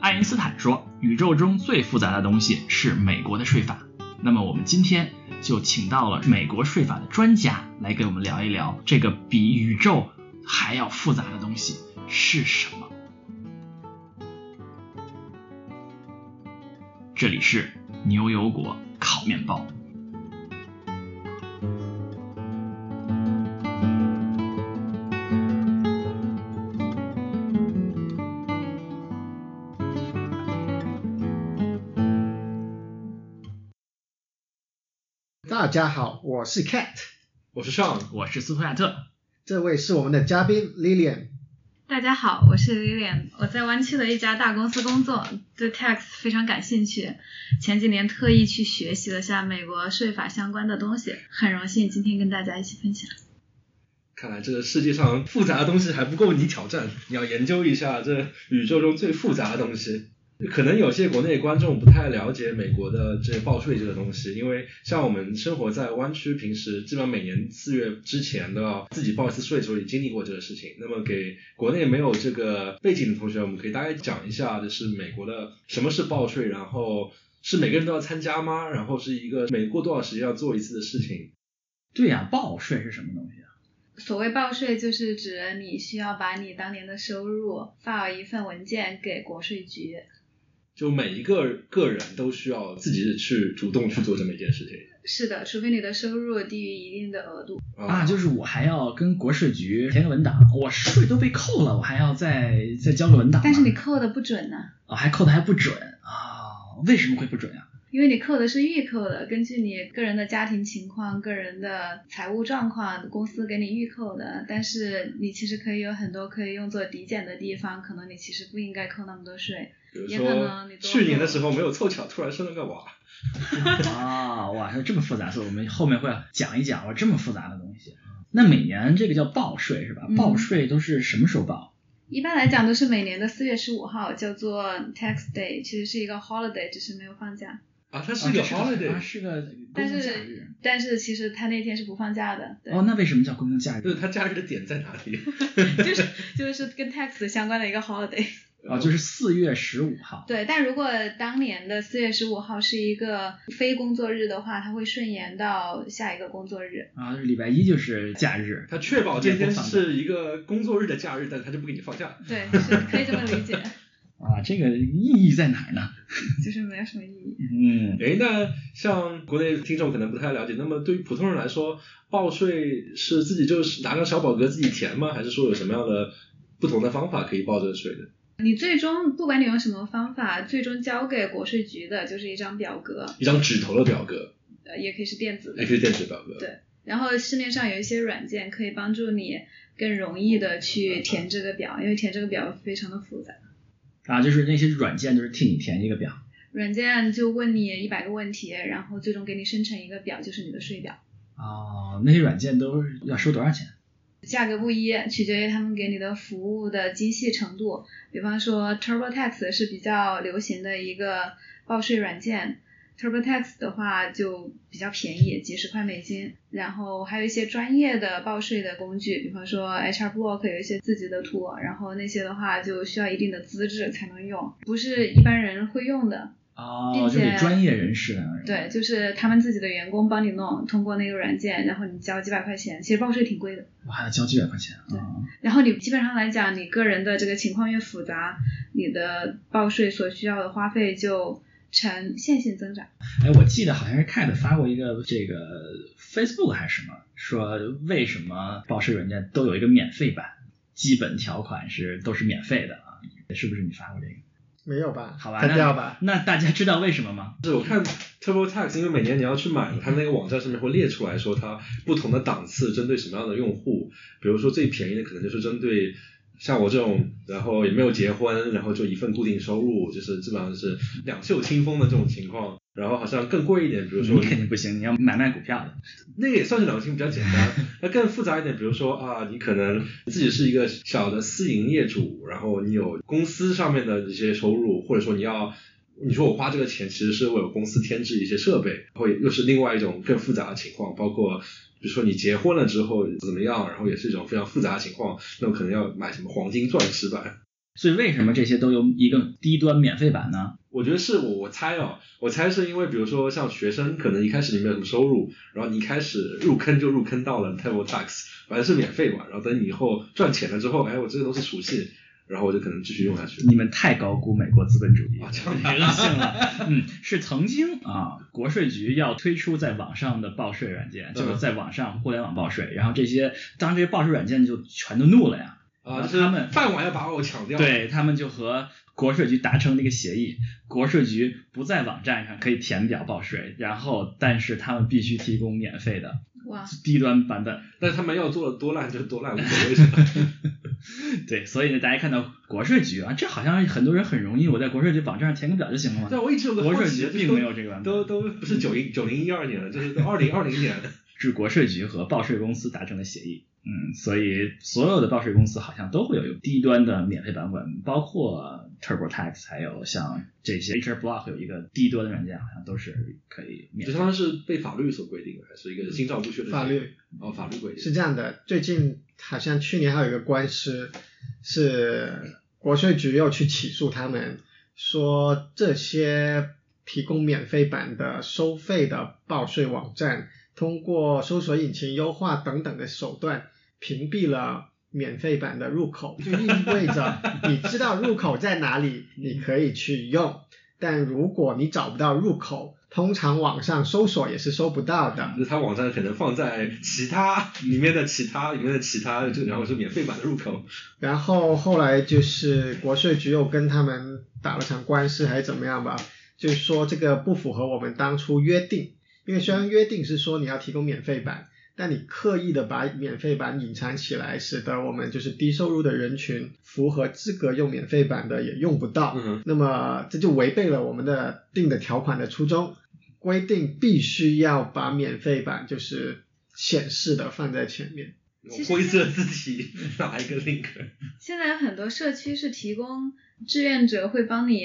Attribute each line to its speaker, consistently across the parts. Speaker 1: 爱因斯坦说，宇宙中最复杂的东西是美国的税法。那么我们今天就请到了美国税法的专家来给我们聊一聊这个比宇宙还要复杂的东西是什么。这里是牛油果烤面包。
Speaker 2: 大家好，我是 Cat，
Speaker 3: 我是尚，
Speaker 1: 我是斯图亚特，
Speaker 2: 这位是我们的嘉宾 Lilian。
Speaker 4: 大家好，我是 Lilian，我在湾区的一家大公司工作，对 tax 非常感兴趣。前几年特意去学习了下美国税法相关的东西，很荣幸今天跟大家一起分享。
Speaker 3: 看来这个世界上复杂的东西还不够你挑战，你要研究一下这宇宙中最复杂的东西。可能有些国内观众不太了解美国的这报税这个东西，因为像我们生活在湾区，平时基本上每年四月之前都要自己报一次税，所以经历过这个事情。那么给国内没有这个背景的同学，我们可以大概讲一下，就是美国的什么是报税，然后是每个人都要参加吗？然后是一个每过多少时间要做一次的事情？
Speaker 1: 对呀、报税是什么东西啊？
Speaker 4: 所谓报税，就是指你需要把你当年的收入发一份文件给国税局。
Speaker 3: 就每一个个人都需要自己去主动去做这么一件事情
Speaker 4: 是的，除非你的收入低于一定的额度。
Speaker 3: 哦
Speaker 1: 啊，就是我还要跟国税局填个文档，我税都被扣了，我还要再再交个文档吗。
Speaker 4: 但是你扣的不准呢、
Speaker 1: 啊，还扣的还不准啊、为什么会不准 啊？
Speaker 4: 因为你扣的是预扣的，根据你个人的家庭情况、个人的财务状况，公司给你预扣的。但是你其实可以有很多可以用作抵减的地方，可能你其实不应该扣那么多税。
Speaker 3: 比如
Speaker 4: 也可能
Speaker 3: 说
Speaker 4: 你做
Speaker 3: 去年的时候没有凑巧，突然生了个娃，
Speaker 1: 啊，哇，这么复杂，所以我们后面会讲一讲哇，这么复杂的东西。那每年这个叫报税是吧？
Speaker 4: 嗯
Speaker 1: 报税都是什么时候报？
Speaker 4: 一般来讲都是每年的四月十五号，叫做 Tax Day，其实是一个 holiday，只是没有放假。
Speaker 3: 啊，它是一个
Speaker 1: 啊这
Speaker 3: holiday，、
Speaker 1: 啊是个公
Speaker 4: 但
Speaker 1: 共假日
Speaker 4: 是。但是其实他那天是不放假的，对，
Speaker 1: 哦，那为什么叫公共假
Speaker 3: 就是
Speaker 1: 日？
Speaker 3: 它假日的点在哪里？
Speaker 4: 就是就是跟 tax 相关的一个 holiday。
Speaker 1: 哦，就是四月十五号。
Speaker 4: 对，但如果当年的四月十五号是一个非工作日的话，它会顺延到下一个工作日。
Speaker 1: 啊，就是礼拜一就是假日。
Speaker 3: 它确保这天
Speaker 1: 也不放假
Speaker 3: 是一个工作日的假日，但是它就不给你放假。
Speaker 4: 对，是可以这么理解，
Speaker 1: 啊，这个意义在哪儿呢？
Speaker 4: 就是没有什么意义。
Speaker 1: 嗯，
Speaker 3: 诶，那像国内听众可能不太了解，那么对于普通人来说，报税是自己就是拿个小表格自己填吗？还是说有什么样的不同的方法可以报这个税的？
Speaker 4: 你最终不管你用什么方法，最终交给国税局的就是一张表格，
Speaker 3: 一张纸头的表格，
Speaker 4: 呃，也可以是电子的
Speaker 3: 也。可以电子表格。
Speaker 4: 对然后市面上有一些软件可以帮助你更容易的去填这个表，因为填这个表非常的复杂。
Speaker 1: 啊，就是那些软件就是替你填一个表。
Speaker 4: 软件就问你一百个问题，然后最终给你生成一个表，就是你的税表。
Speaker 1: 哦，那些软件都是要收多少钱？
Speaker 4: 价格不一，取决于他们给你的服务的精细程度。比方说，TurboTax 是比较流行的一个报税软件，TurboTax 的话就比较便宜，几十块美金。然后还有一些专业的报税的工具，比方说 HR Block 有一些自己的 tool，然后那些的话就需要一定的资质才能用，不是一般人会用的。
Speaker 1: 哦，
Speaker 4: 并
Speaker 1: 就给
Speaker 4: 且
Speaker 1: 专业人士的那种。
Speaker 4: 对，就是他们自己的员工帮你弄，通过那个软件，然后你交几百块钱，其实报税挺贵的。
Speaker 1: 我还要交几百块钱啊、
Speaker 4: 对然后你基本上来讲，你个人的这个情况越复杂，你的报税所需要的花费就呈线性增长。
Speaker 1: 哎，我记得好像是 Cat 发过一个这个 Facebook 还是什么，说为什么报税软件都有一个免费版，基本条款是都是免费的啊？是不是你发过这个？
Speaker 2: 没有吧？
Speaker 1: 好吧，
Speaker 2: 删掉
Speaker 1: 那
Speaker 2: 吧。
Speaker 1: 那大家知道为什么吗？
Speaker 3: 是我看 TurboTax，因为每年你要去买，它那个网站上面会列出来说它不同的档次针对什么样的用户，比如说最便宜的可能就是针对像我这种，然后也没有结婚，然后就一份固定收入，就是基本上是两袖清风的这种情况。然后好像更贵一点，比如说
Speaker 1: 你嗯肯定不行，你要买卖股票的。
Speaker 3: 那个也算是两性比较简单。那更复杂一点，比如说啊，你可能自己是一个小的私营业主，然后你有公司上面的一些收入，或者说你要，你说我花这个钱其实是为我公司添置一些设备，然后又是另外一种更复杂的情况，包括比如说你结婚了之后怎么样，然后也是一种非常复杂的情况，那么可能要买什么黄金钻石版。
Speaker 1: 所以为什么这些都有一个低端免费版呢？
Speaker 3: 我觉得是我我猜哦，我猜是因为比如说像学生，可能一开始你没有什么收入，然后你一开始入坑就入坑到了 TurboTax，反正是免费嘛，然后等你以后赚钱了之后，哎，我这个东西熟悉，然后我就可能继续用下去。
Speaker 1: 你们太高估美国资本主义
Speaker 3: 啊
Speaker 1: 人
Speaker 3: 这 样
Speaker 1: 性了。嗯，是曾经啊，国税局要推出在网上的报税软件，就是
Speaker 3: 嗯
Speaker 1: 在网上互联网报税，然后这些当这些报税软件就全都怒了呀。
Speaker 3: 啊，就是
Speaker 1: 他们
Speaker 3: 饭碗要把我抢掉。，
Speaker 1: 对他们就和国税局达成了一个协议，国税局不在网站上可以填表报税，然后但是他们必须提供免费的
Speaker 4: 哇，
Speaker 1: 低端版本。
Speaker 3: 但是他们要做的多烂就多烂，无所谓是吧？
Speaker 1: 对，所以呢，大家看到国税局啊，这好像很多人很容易，我在国税局网站上填个表就行了
Speaker 3: 但
Speaker 1: 嘛。
Speaker 3: 我一直有个
Speaker 1: 国
Speaker 3: 好
Speaker 1: 税
Speaker 3: 奇，
Speaker 1: 局
Speaker 3: 就是
Speaker 1: 并
Speaker 3: 都
Speaker 1: 没有这个版本
Speaker 3: 都都不是九零九零一二年了，就是二零二 零年了。
Speaker 1: 是国税局和报税公司达成了协议。嗯，所以所有的报税公司好像都会有有低端的免费版本，包括 TurboTax，还有像这些 HR Block 有一个低端的软件，好像都是可以免
Speaker 3: 就
Speaker 1: 费
Speaker 3: 相。当于是被法律所规定的，还是一个心照不宣的
Speaker 2: 法律
Speaker 3: 哦，法律规定
Speaker 2: 是这样的，最近好像去年还有一个官司，是国税局又去起诉他们，说这些提供免费版的收费的报税网站，通过搜索引擎优化等等的手段，屏蔽了。免费版的入口就意味着你知道入口在哪里，你可以去用。但如果你找不到入口，通常网上搜索也是搜不到的。
Speaker 3: 就是它网站可能放在其他里面的其他里面的其他，就然后是免费版的入口。
Speaker 2: 然后后来就是国税局又跟他们打了场官司还是怎么样吧，就是说这个不符合我们当初约定，因为虽然约定是说你要提供免费版，但你刻意的把免费版隐藏起来，使得我们就是低收入的人群符合资格用免费版的也用不到，
Speaker 3: 嗯，
Speaker 2: 那么这就违背了我们的定的条款的初衷，规定必须要把免费版就是显示的放在前面。
Speaker 4: 其实
Speaker 3: 灰色字体哪一个 link？
Speaker 4: 现在有很多社区是提供志愿者会帮你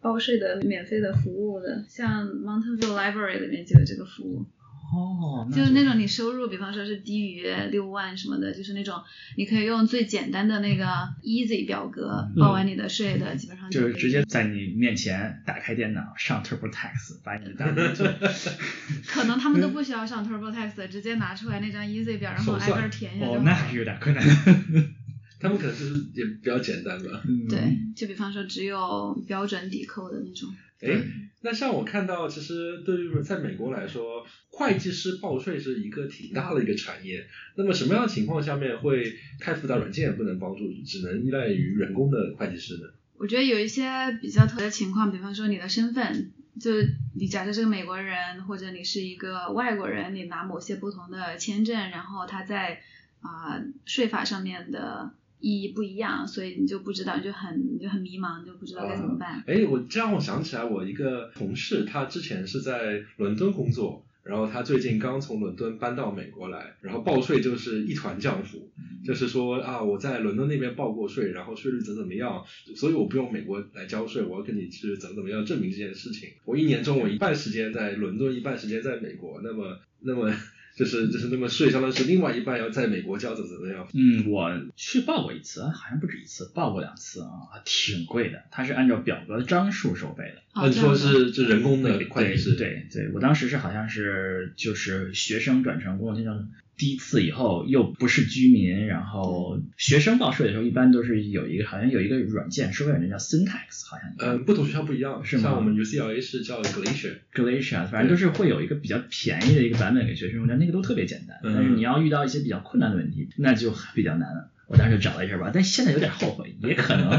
Speaker 4: 报税的免费的服务的，像 Mountainview Library 里面就有这个服务，
Speaker 1: 哦，
Speaker 4: 就是那种你收入，比方说是低于六万什么的，就是那种你可以用最简单的那个 Easy 表格报完你的税的，基本
Speaker 1: 嗯
Speaker 4: 上
Speaker 1: 就是
Speaker 4: 可以
Speaker 1: 直接在你面前打开电脑，上 TurboTax，把你的大 数据
Speaker 4: 可能他们都不需要上 TurboTax，的直接拿出来那张 Easy 表，然后
Speaker 3: 手
Speaker 4: 挨
Speaker 3: 算
Speaker 4: 个儿填一下就好
Speaker 1: 哦
Speaker 4: 了。，
Speaker 1: 那还是有点困难。
Speaker 3: 他们可能就是也比较简单吧。
Speaker 1: 嗯
Speaker 4: 对，，就比方说只有标准抵扣的那种。
Speaker 3: 哎，那像我看到，其实对于在美国来说，会计师报税是一个挺大的一个产业。那么什么样的情况下面会太复杂软件也不能帮助，只能依赖于人工的会计师呢？
Speaker 4: 我觉得有一些比较特别的情况，比方说你的身份，就你假设是个美国人，或者你是一个外国人，你拿某些不同的签证，然后他在啊、税法上面的意义不一样，所以你就不知道，你就很你就很迷茫，你就不知道该怎么办。
Speaker 3: 哎，我这让我想起来，我一个同事，他之前是在伦敦工作，然后他最近刚从伦敦搬到美国来，然后报税就是一团浆糊，就是说啊，我在伦敦那边报过税，然后税率怎么怎么样，所以我不用美国来交税，我要跟你去怎么怎么样证明这件事情。我一年中我一半时间在伦敦，一半时间在美国，那么那么就是就是那么税相当于是另外一半要在美国交怎么怎么
Speaker 4: 哦
Speaker 3: 样，
Speaker 1: 嗯，我去报过一次，好像不止一次，报过两次啊，还挺贵的。它是按照表格的张数收费的。
Speaker 4: 哦
Speaker 3: 按
Speaker 4: 这样
Speaker 3: 啊说
Speaker 4: 子
Speaker 3: 是这人工的会计师，
Speaker 1: 对对对，我当时是好像是就是学生转成工作签证第一次以后，又不是居民，然后学生报税的时候一般都是有一个好像有一个软件，收费软件叫 Syntax，好像
Speaker 3: 嗯，不同学校不一样，
Speaker 1: 是吗
Speaker 3: 像我们 UCLA 是叫 Glacier，
Speaker 1: Glacier，反正就是会有一个比较便宜的一个版本给学生用，但那个都特别简单。
Speaker 3: 嗯
Speaker 1: 但是你要遇到一些比较困难的问题，那就比较难了。我当时找了一下吧，但现在有点后悔，也可 能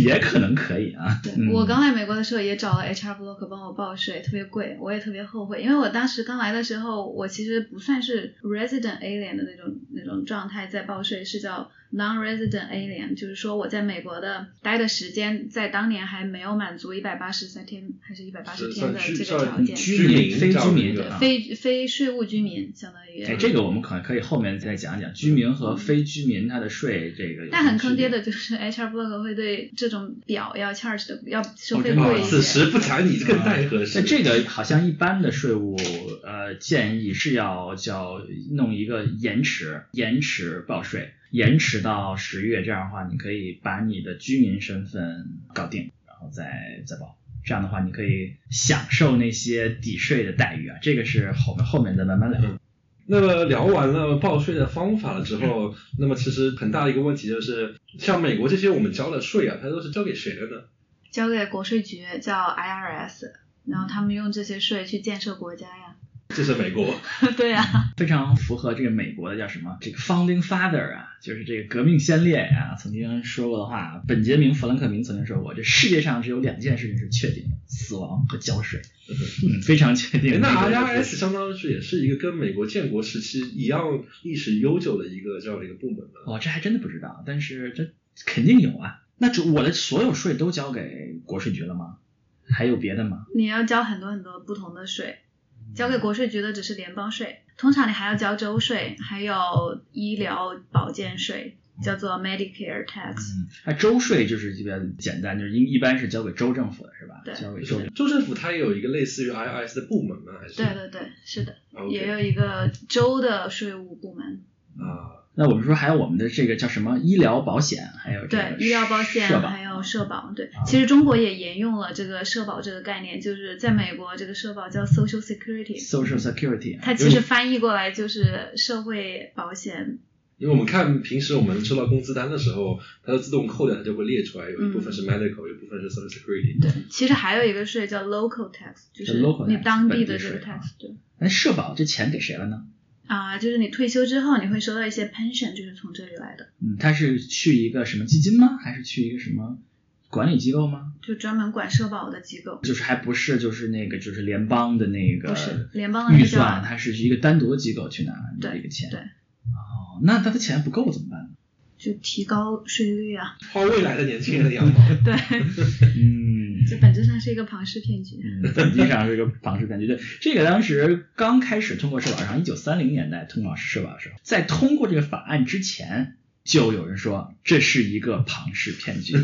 Speaker 1: 也可能可以啊。
Speaker 4: 对，
Speaker 1: 嗯
Speaker 4: 我刚来美国的时候也找了 HR Block 帮我报税，特别贵，我也特别后悔，因为我当时刚来的时候，我其实不算是 resident alien 的那种那种状态在报税，是叫 non-resident alien，就是说我在美国的待的时间，在当年还没有满足一百八十三天还是一百八十
Speaker 3: 是
Speaker 4: 天
Speaker 3: 算
Speaker 4: 的
Speaker 3: 居
Speaker 4: 这个条
Speaker 3: 算
Speaker 4: 件，
Speaker 1: 居民非居民
Speaker 3: 的
Speaker 1: 啊
Speaker 4: 非非税务居民，相当于。
Speaker 1: 哎，这个我们可能可以后面再讲讲居民和非居民他的税这个有什么区别。
Speaker 4: 但很坑爹的就是 HR Block 会对这种表要 charge 的要收
Speaker 1: 哦
Speaker 4: 费
Speaker 1: 真的吗
Speaker 4: 贵
Speaker 3: 啊，
Speaker 4: 一些。
Speaker 3: 此时不谈你这个太合适。
Speaker 1: 啊那这个好像一般的税务呃建议是要叫弄一个延迟延迟报税，延迟到十月，这样的话你可以把你的居民身份搞定，然后再再报。这样的话，你可以享受那些抵税的待遇啊，这个是后面后面再慢慢聊。
Speaker 3: 那么聊完了报税的方法了之后，那么其实很大的一个问题就是，像美国这些我们交的税啊，它都是交给谁的呢？
Speaker 4: 交给国税局叫 IRS，然后他们用这些税去建设国家 呀。
Speaker 3: 这是美国，
Speaker 4: 对呀、
Speaker 1: 非常符合这个美国的叫什么这个 founding father 啊，就是这个革命先烈啊，曾经说过的话，本杰明·富兰克林曾经说过，这世界上只有两件事情是确定的，死亡和交税，嗯，非常确定。
Speaker 3: 那
Speaker 1: 美国就是
Speaker 3: IRS 相当于是也是一个跟美国建国时期一样历史悠久的一个这样的一个部门了。
Speaker 1: 哦，这还真的不知道，但是这肯定有啊。那这我的所有税都交给国税局了吗？还有别的吗？
Speaker 4: 你要交很多很多不同的税，交给国税局的只是联邦税，通常你还要交州税，还有医疗保健税，叫做 Medicare tax。
Speaker 1: 嗯，那州税就是这边简单，就是一一般是交给州政府的是吧？
Speaker 4: 对
Speaker 1: 交给
Speaker 3: 就
Speaker 1: 州
Speaker 3: 是
Speaker 1: 政
Speaker 3: 州政府它也有一个类似于 IRS 的部门吗？还是
Speaker 4: 对对对，是的，
Speaker 3: o k
Speaker 4: 也有一个州的税务部门，
Speaker 3: 啊，
Speaker 1: 那我们说还有我们的这个叫什么医疗保险，还有这
Speaker 4: 对
Speaker 1: 个
Speaker 4: 医疗保险
Speaker 1: 社保。啊
Speaker 4: 还有社保，对，其实中国也沿用了这个社保这个概念，就是在美国这个社保叫 Social Security，
Speaker 1: Social Security，
Speaker 4: 它其实翻译过来就是社会保险，
Speaker 3: 因为我们看平时我们收到工资单的时候，它自动扣掉，它就会列出来，有一部分
Speaker 2: 嗯
Speaker 3: 是 medical，、有一部分是 social security。
Speaker 4: 对，其实还有一个税叫 Local tax，就
Speaker 1: 叫
Speaker 4: 是
Speaker 1: local tax，
Speaker 4: 你当地的这
Speaker 1: 本
Speaker 4: 个
Speaker 1: 地税啊
Speaker 4: tax，对，
Speaker 1: 那社保这钱给谁了呢？
Speaker 4: 啊，就是你退休之后你会收到一些 pension，就是从这里来的，
Speaker 1: 嗯，他是去一个什么基金吗？还是去一个什么管理机构吗？
Speaker 4: 就专门管社保的机构，
Speaker 1: 就是还不是就是那个就是联邦的那个
Speaker 4: 不是联邦的
Speaker 1: 预
Speaker 4: 那叫
Speaker 1: 算，它是一个单独的机构去拿你这
Speaker 4: 对
Speaker 1: 个钱。
Speaker 4: 对
Speaker 1: 哦，那他的钱不够怎么办呢？
Speaker 4: 就提高税率啊，
Speaker 3: 花未来的年轻人的羊毛。
Speaker 4: 对，
Speaker 1: 嗯，
Speaker 4: 这本质上是一个庞氏骗局。
Speaker 1: 嗯， 本质上是一个庞氏骗局。对，这个当时刚开始通过社保上，一九三零年代通过社保的时候，在通过这个法案之前，就有人说这是一个庞氏骗局，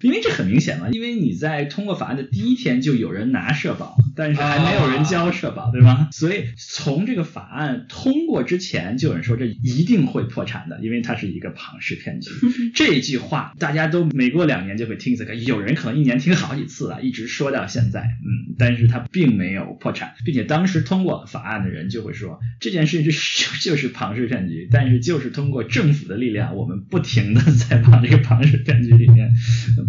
Speaker 1: 因为这很明显嘛，因为你在通过法案的第一天就有人拿社保，但是还没有人交社保，对吗？所以从这个法案通过之前，就有人说这一定会破产的，因为它是一个庞氏骗局。这一句话，大家都每过两年就会听一次，有人可能一年听好几次啊，一直说到现在，嗯，但是它并没有破产，并且当时通过法案的人就会说这件事情是 就是庞氏骗局，但是就是通过政府的力量，我们不停的在往这个庞氏骗局里面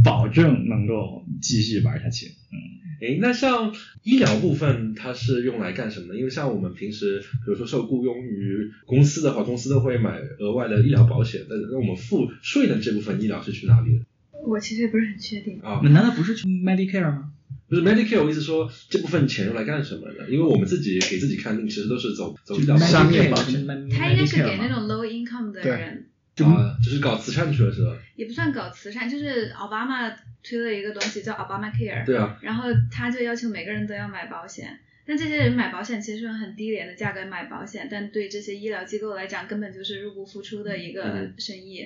Speaker 1: 保证能够继续玩下去，嗯，
Speaker 3: 诶，那像医疗部分，它是用来干什么呢？因为像我们平时，比如说受雇佣于公司的话，公司都会买额外的医疗保险。那那我们付税的这部分医疗是去哪里的
Speaker 4: 我其实也不是很确定。
Speaker 3: 啊？
Speaker 2: 嗯
Speaker 1: 难道不是去 Medicare 吗？
Speaker 3: 不是 Medicare，我意思说这部分钱用来干什么呢？因为我们自己给自己看病，其实都是走走
Speaker 1: 就
Speaker 3: 医
Speaker 1: 是
Speaker 3: 疗保险
Speaker 2: 商业
Speaker 1: Medicare
Speaker 2: 保
Speaker 1: 吗
Speaker 2: 险
Speaker 4: 他应该是给那
Speaker 1: Medicare 吗
Speaker 4: 种 low income 的
Speaker 2: 对
Speaker 4: 人，
Speaker 1: 嗯
Speaker 3: 啊，就是搞慈善去了是吧？
Speaker 4: 也不算搞慈善，就是奥巴马推了一个东西叫 Obama Care，
Speaker 3: 对啊，
Speaker 4: 然后他就要求每个人都要买保险。但这些人买保险其实用很低廉的价格买保险，但对这些医疗机构来讲，根本就是入不敷出的一个
Speaker 3: 嗯
Speaker 4: 生意，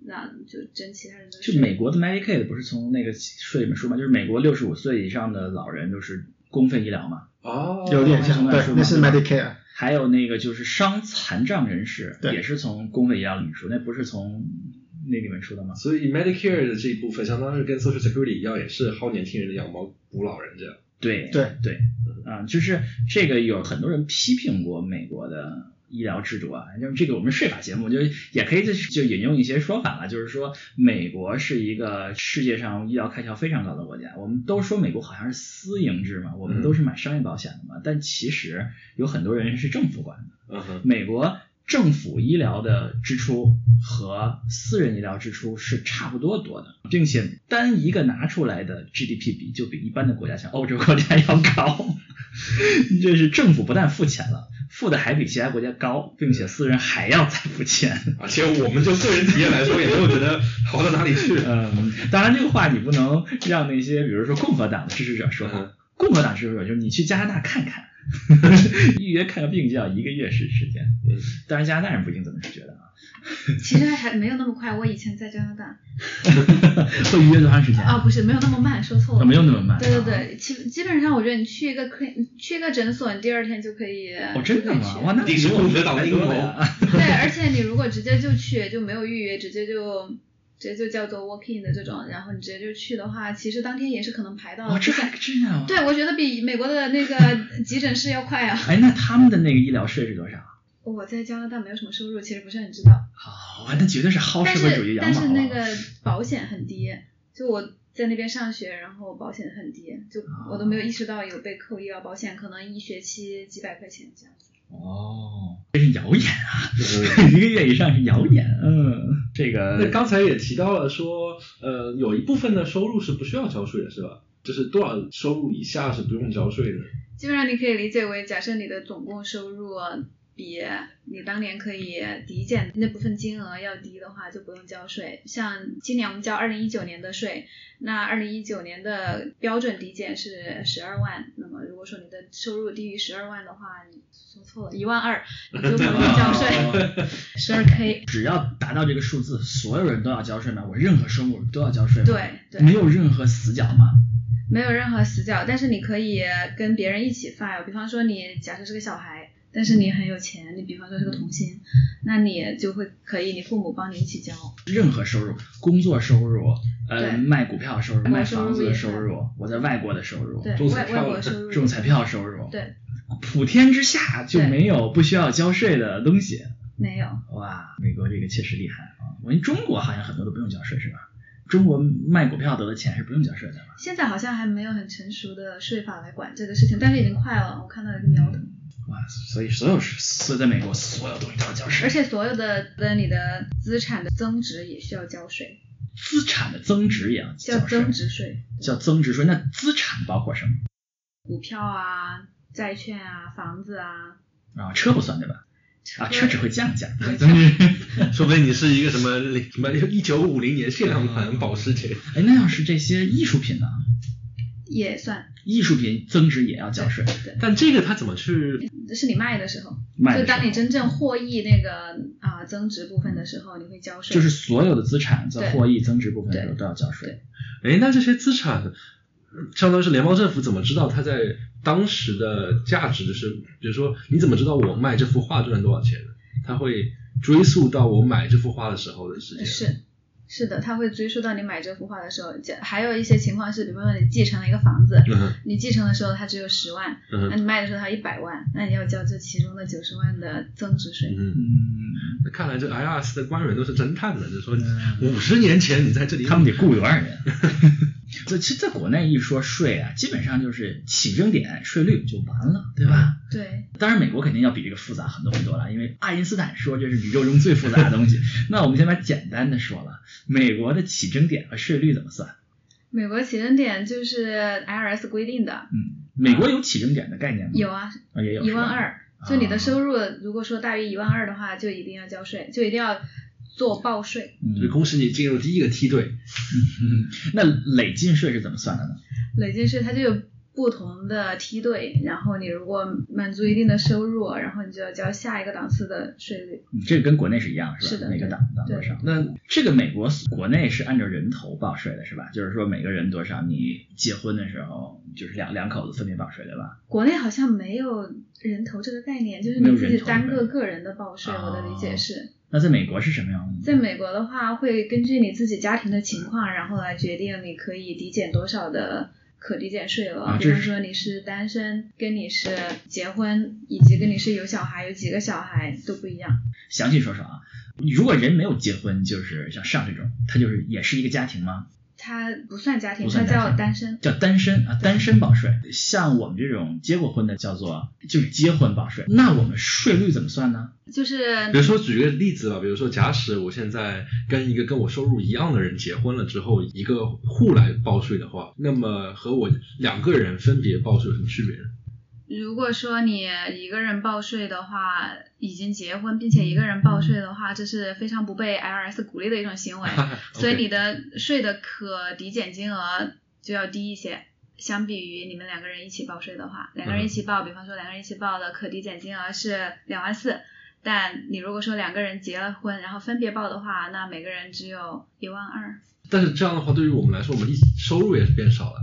Speaker 4: 那就征其他人的
Speaker 1: 是
Speaker 4: 税。
Speaker 1: 美国的 Medicaid 不是从那个税里面说嘛，就是美国六十五岁以上的老人都是公费医疗嘛，
Speaker 3: 哦，
Speaker 2: 有点像，
Speaker 1: 哦
Speaker 2: 对
Speaker 1: 是，吗
Speaker 2: 那是 Medicare，
Speaker 1: 还有那个就是伤残障人士
Speaker 2: 对
Speaker 1: 也是从公费医疗里面出，那不是从那里面出的吗？
Speaker 3: 所以 Medicare 的这一部分，相当于跟 Social Security 一样，也是薅年轻人的羊毛补老人这样。
Speaker 1: 对
Speaker 2: 对
Speaker 1: 对，啊、就是这个有很多人批评过美国的医疗制度啊，就是这个我们税法节目就也可以就就引用一些说法啊了，就是说美国是一个世界上医疗开销非常高的国家，我们都说美国好像是私营制嘛，我们都是买商业保险的嘛，但其实有很多人是政府管的。
Speaker 3: 嗯哼，
Speaker 1: 美国政府医疗的支出和私人医疗支出是差不多多的，并且单一个拿出来的 GDP 比就比一般的国家，像欧洲国家要高。 这是政府不但付钱了，付的还比其他国家高，并且私人还要再付钱。
Speaker 3: 而且啊我们就个人体验来说，也没有觉得好到哪里去。
Speaker 1: 嗯，当然这个话你不能让那些比如说共和党的支持者说话
Speaker 3: 嗯
Speaker 1: 共和党支持者就是你去加拿大看 看，预约看个病就要一个月时时间。当然加拿大人不一定这么觉得啊。
Speaker 4: 其实还没有那么快，我以前在加拿 大
Speaker 1: 会预约多长时间？
Speaker 4: 啊，不是没有那么慢，说错了。
Speaker 1: 啊没有那么慢。啊
Speaker 4: 对对。对，基基本上我觉得你去一个 clin 去一个诊所，你第二天就可以。
Speaker 1: 哦，真的
Speaker 4: 就可以
Speaker 1: 吗？
Speaker 4: 去
Speaker 1: 哇，那
Speaker 3: 顶着
Speaker 1: 比我们
Speaker 3: 共和党的阴谋
Speaker 4: 嗯
Speaker 1: 还多了呀
Speaker 4: 对，而且你如果果直接就去，就没有预约，直接就直接就叫做 walk in 的这种，然后你直接就去的话，其实当天也是可能排到
Speaker 1: 哦，这还这样啊？
Speaker 4: 对，我觉得比美国的那个急诊室要快啊！
Speaker 1: 哎，那他们的那个医疗税是多少？啊
Speaker 4: 我在加拿大没有什么收入，其实不是很知道。
Speaker 1: 哦，那绝对是薅
Speaker 4: 但
Speaker 1: 社会主义
Speaker 4: 是
Speaker 1: 羊
Speaker 4: 但
Speaker 1: 毛
Speaker 4: 是那
Speaker 1: 了。
Speaker 4: 个保险很低，就我在那边上学，然后保险很低，就我都
Speaker 1: 哦
Speaker 4: 没有意识到有被扣医疗保险，可能一学期几百块钱这样子。
Speaker 1: 哦， 这是谣言啊！
Speaker 3: 嗯
Speaker 1: 一个月以上是谣言。嗯，这
Speaker 3: 那
Speaker 1: 个
Speaker 3: 刚才也提到了说，呃，有一部分的收入是不需要交税的，是吧？就是多少收入以下是不用交税的。
Speaker 4: 基本上你可以理解为，假设你的总共收入比你当年可以抵减那部分金额要低的话，就不用交税。像今年我们交二零一九年的税，那二零一九年的标准抵减是十二万，那么如果说你的收入低于十二万的话，你说错了，一万二，你就不用 交税，十二 k。
Speaker 1: 只要达到这个数字，所有人都要交税吗？我任何收入都要交税吗？
Speaker 4: 对对
Speaker 1: 没有任何死角吗？
Speaker 4: 没有任何死角，但是你可以跟别人一起 file。比方说，你假设是个小孩，但是你很有钱，你比方说是个童星，那你就会可以，你父母帮你一起交。
Speaker 1: 任何收入，工作收入，呃，
Speaker 4: 对
Speaker 1: 卖股票收入，
Speaker 4: 我
Speaker 1: 卖
Speaker 4: 收入
Speaker 1: 房子的
Speaker 4: 也
Speaker 1: 收
Speaker 4: 是
Speaker 1: 入，我在外国的收入，
Speaker 4: 对，
Speaker 3: 中彩
Speaker 4: 外
Speaker 3: 票
Speaker 4: 外国收入
Speaker 1: 中彩票收入，
Speaker 4: 对，
Speaker 1: 普天之下就
Speaker 4: 对
Speaker 1: 没有不需要交税的东西。
Speaker 4: 没有，
Speaker 1: 哇，美国这个确实厉害啊！我们中国好像很多都不用交税是吧？中国卖股票得的钱是不用交税的吧？
Speaker 4: 现在好像还没有很成熟的税法来管这个事情，但是已经快了，我看到一个苗头。
Speaker 1: 哇，所以所有是所以在美国所有东西都要交税，
Speaker 4: 而且所有的的你的资产的增值也需要交税，
Speaker 1: 资产的增值也要
Speaker 4: 叫
Speaker 1: 交税，
Speaker 4: 增值税，
Speaker 1: 叫增值税。那资产包括什么
Speaker 4: 股票啊、债券啊、房子啊。
Speaker 1: 啊？车不算对吧？啊，车只会降价。
Speaker 4: 对
Speaker 1: 增值
Speaker 3: 说不定你是一个什么零 什么一九五零年限量款保时捷，
Speaker 1: 哎，那要是这些艺术品呢？
Speaker 4: 也算，
Speaker 1: 艺术品增值也要交税，
Speaker 4: 对，
Speaker 3: 但这个他怎么去？
Speaker 4: 是你卖的时候。
Speaker 1: 卖
Speaker 4: 就
Speaker 1: 的时候
Speaker 4: 当你真正获益那个啊、增值部分的时候，你会交税。
Speaker 1: 就是所有的资产在
Speaker 4: 对
Speaker 1: 获益增值部分的时候都要交税。
Speaker 3: 哎，那这些资产，相当于是联邦政府怎么知道它在当时的价值？就是比如说，你怎么知道我卖这幅画赚了多少钱？他会追溯到我买这幅画的时候的时间。
Speaker 4: 是是的，他会追溯到你买这幅画的时候。这还有一些情况是，比方说你继承了一个房子，
Speaker 3: 嗯哼
Speaker 4: 你继承的时候它只有十万，
Speaker 3: 嗯
Speaker 4: 那
Speaker 3: 哼
Speaker 4: 你卖的时候它一百万，那你要交这其中的九十万的增值税。
Speaker 3: 嗯，
Speaker 1: 嗯，
Speaker 3: 那看来这 IRS 的官员都是侦探呢，就说
Speaker 1: 嗯
Speaker 3: 五十年前你在这里，
Speaker 1: 他们得雇多少人？这其实 在国内一说税啊，基本上就是起征点、税率就完了，对吧？
Speaker 4: 对，
Speaker 1: 当然，美国肯定要比这个复杂很多很多了，因为爱因斯坦说这是宇宙中最复杂的东 西。那我们先把简单的说了，美国的起征点和税率怎么算？
Speaker 4: 美国起征点就是 IRS 规定的，
Speaker 1: 嗯，美国有起征点的概念吗？
Speaker 4: 有啊，
Speaker 1: 啊，也有
Speaker 4: 一万，
Speaker 1: 是吧
Speaker 4: 二。就你的
Speaker 1: 啊
Speaker 4: 收入，如果说大于一万二的话，就一定要交税，就一定要做报税。
Speaker 3: 就
Speaker 1: 嗯，
Speaker 3: 恭喜你进入第一个梯队。
Speaker 1: 嗯 那累进税是怎么算的呢？
Speaker 4: 累进税它就有不同的梯队，然后你如果满足一定的收入，然后你就要交下一个档次的税率。
Speaker 1: 嗯这个跟国内是一样，是吧？
Speaker 4: 是的
Speaker 1: 每个
Speaker 4: 对
Speaker 1: 档档多
Speaker 4: 对
Speaker 1: 少？
Speaker 3: 那
Speaker 1: 这个美国国内是按照人头报税的，是吧？就是说每个人多少，你结婚的时候就是两两口子分别报税，对吧？
Speaker 4: 国内好像没有人头这个概念，就是
Speaker 1: 没有
Speaker 4: 你自
Speaker 1: 人
Speaker 4: 己
Speaker 1: 头
Speaker 4: 单
Speaker 1: 对
Speaker 4: 个个人的报税。我的理
Speaker 1: 啊
Speaker 4: 解是，
Speaker 1: 那在美国是什么样的呢？
Speaker 4: 在美国的话，会根据你自己家庭的情况，然后来决定你可以抵减多少的可抵减税额。
Speaker 1: 啊
Speaker 4: 比
Speaker 1: 这
Speaker 4: 如
Speaker 1: 是
Speaker 4: 说你是单身，跟你是结婚，以及跟你是有小孩、有几个小孩都不一样。
Speaker 1: 详细说说啊。如果人没有结婚，就是像上这种，他就是也是一个家庭吗？
Speaker 4: 它不算家庭，
Speaker 1: 不
Speaker 4: 它
Speaker 1: 算家
Speaker 4: 叫
Speaker 1: 庭
Speaker 4: 单身。
Speaker 1: 叫单身啊，单身报税。像我们这种结过婚的，叫做就是结婚报税。那我们税率怎么算呢？
Speaker 4: 就是
Speaker 3: 比如说举个例子吧，比如说假使我现在跟一个跟我收入一样的人结婚了之后，一个户来报税的话，那么和我两个人分别报税有什么区 别？
Speaker 4: 如果说你一个人报税的话，已经结婚并且一个人报税的话，这是非常不被 IRS 鼓励的一种行为，所以你的税的可抵减金额就要低一些。相比于你们两个人一起报税的话，两个人一起报，比方说两个人一起报的可抵减金额是两万四，但你如果说两个人结了婚，然后分别报的话，那每个人只有一万二，
Speaker 3: 但是这样的话，对于我们来说，我们一收入也是变少了。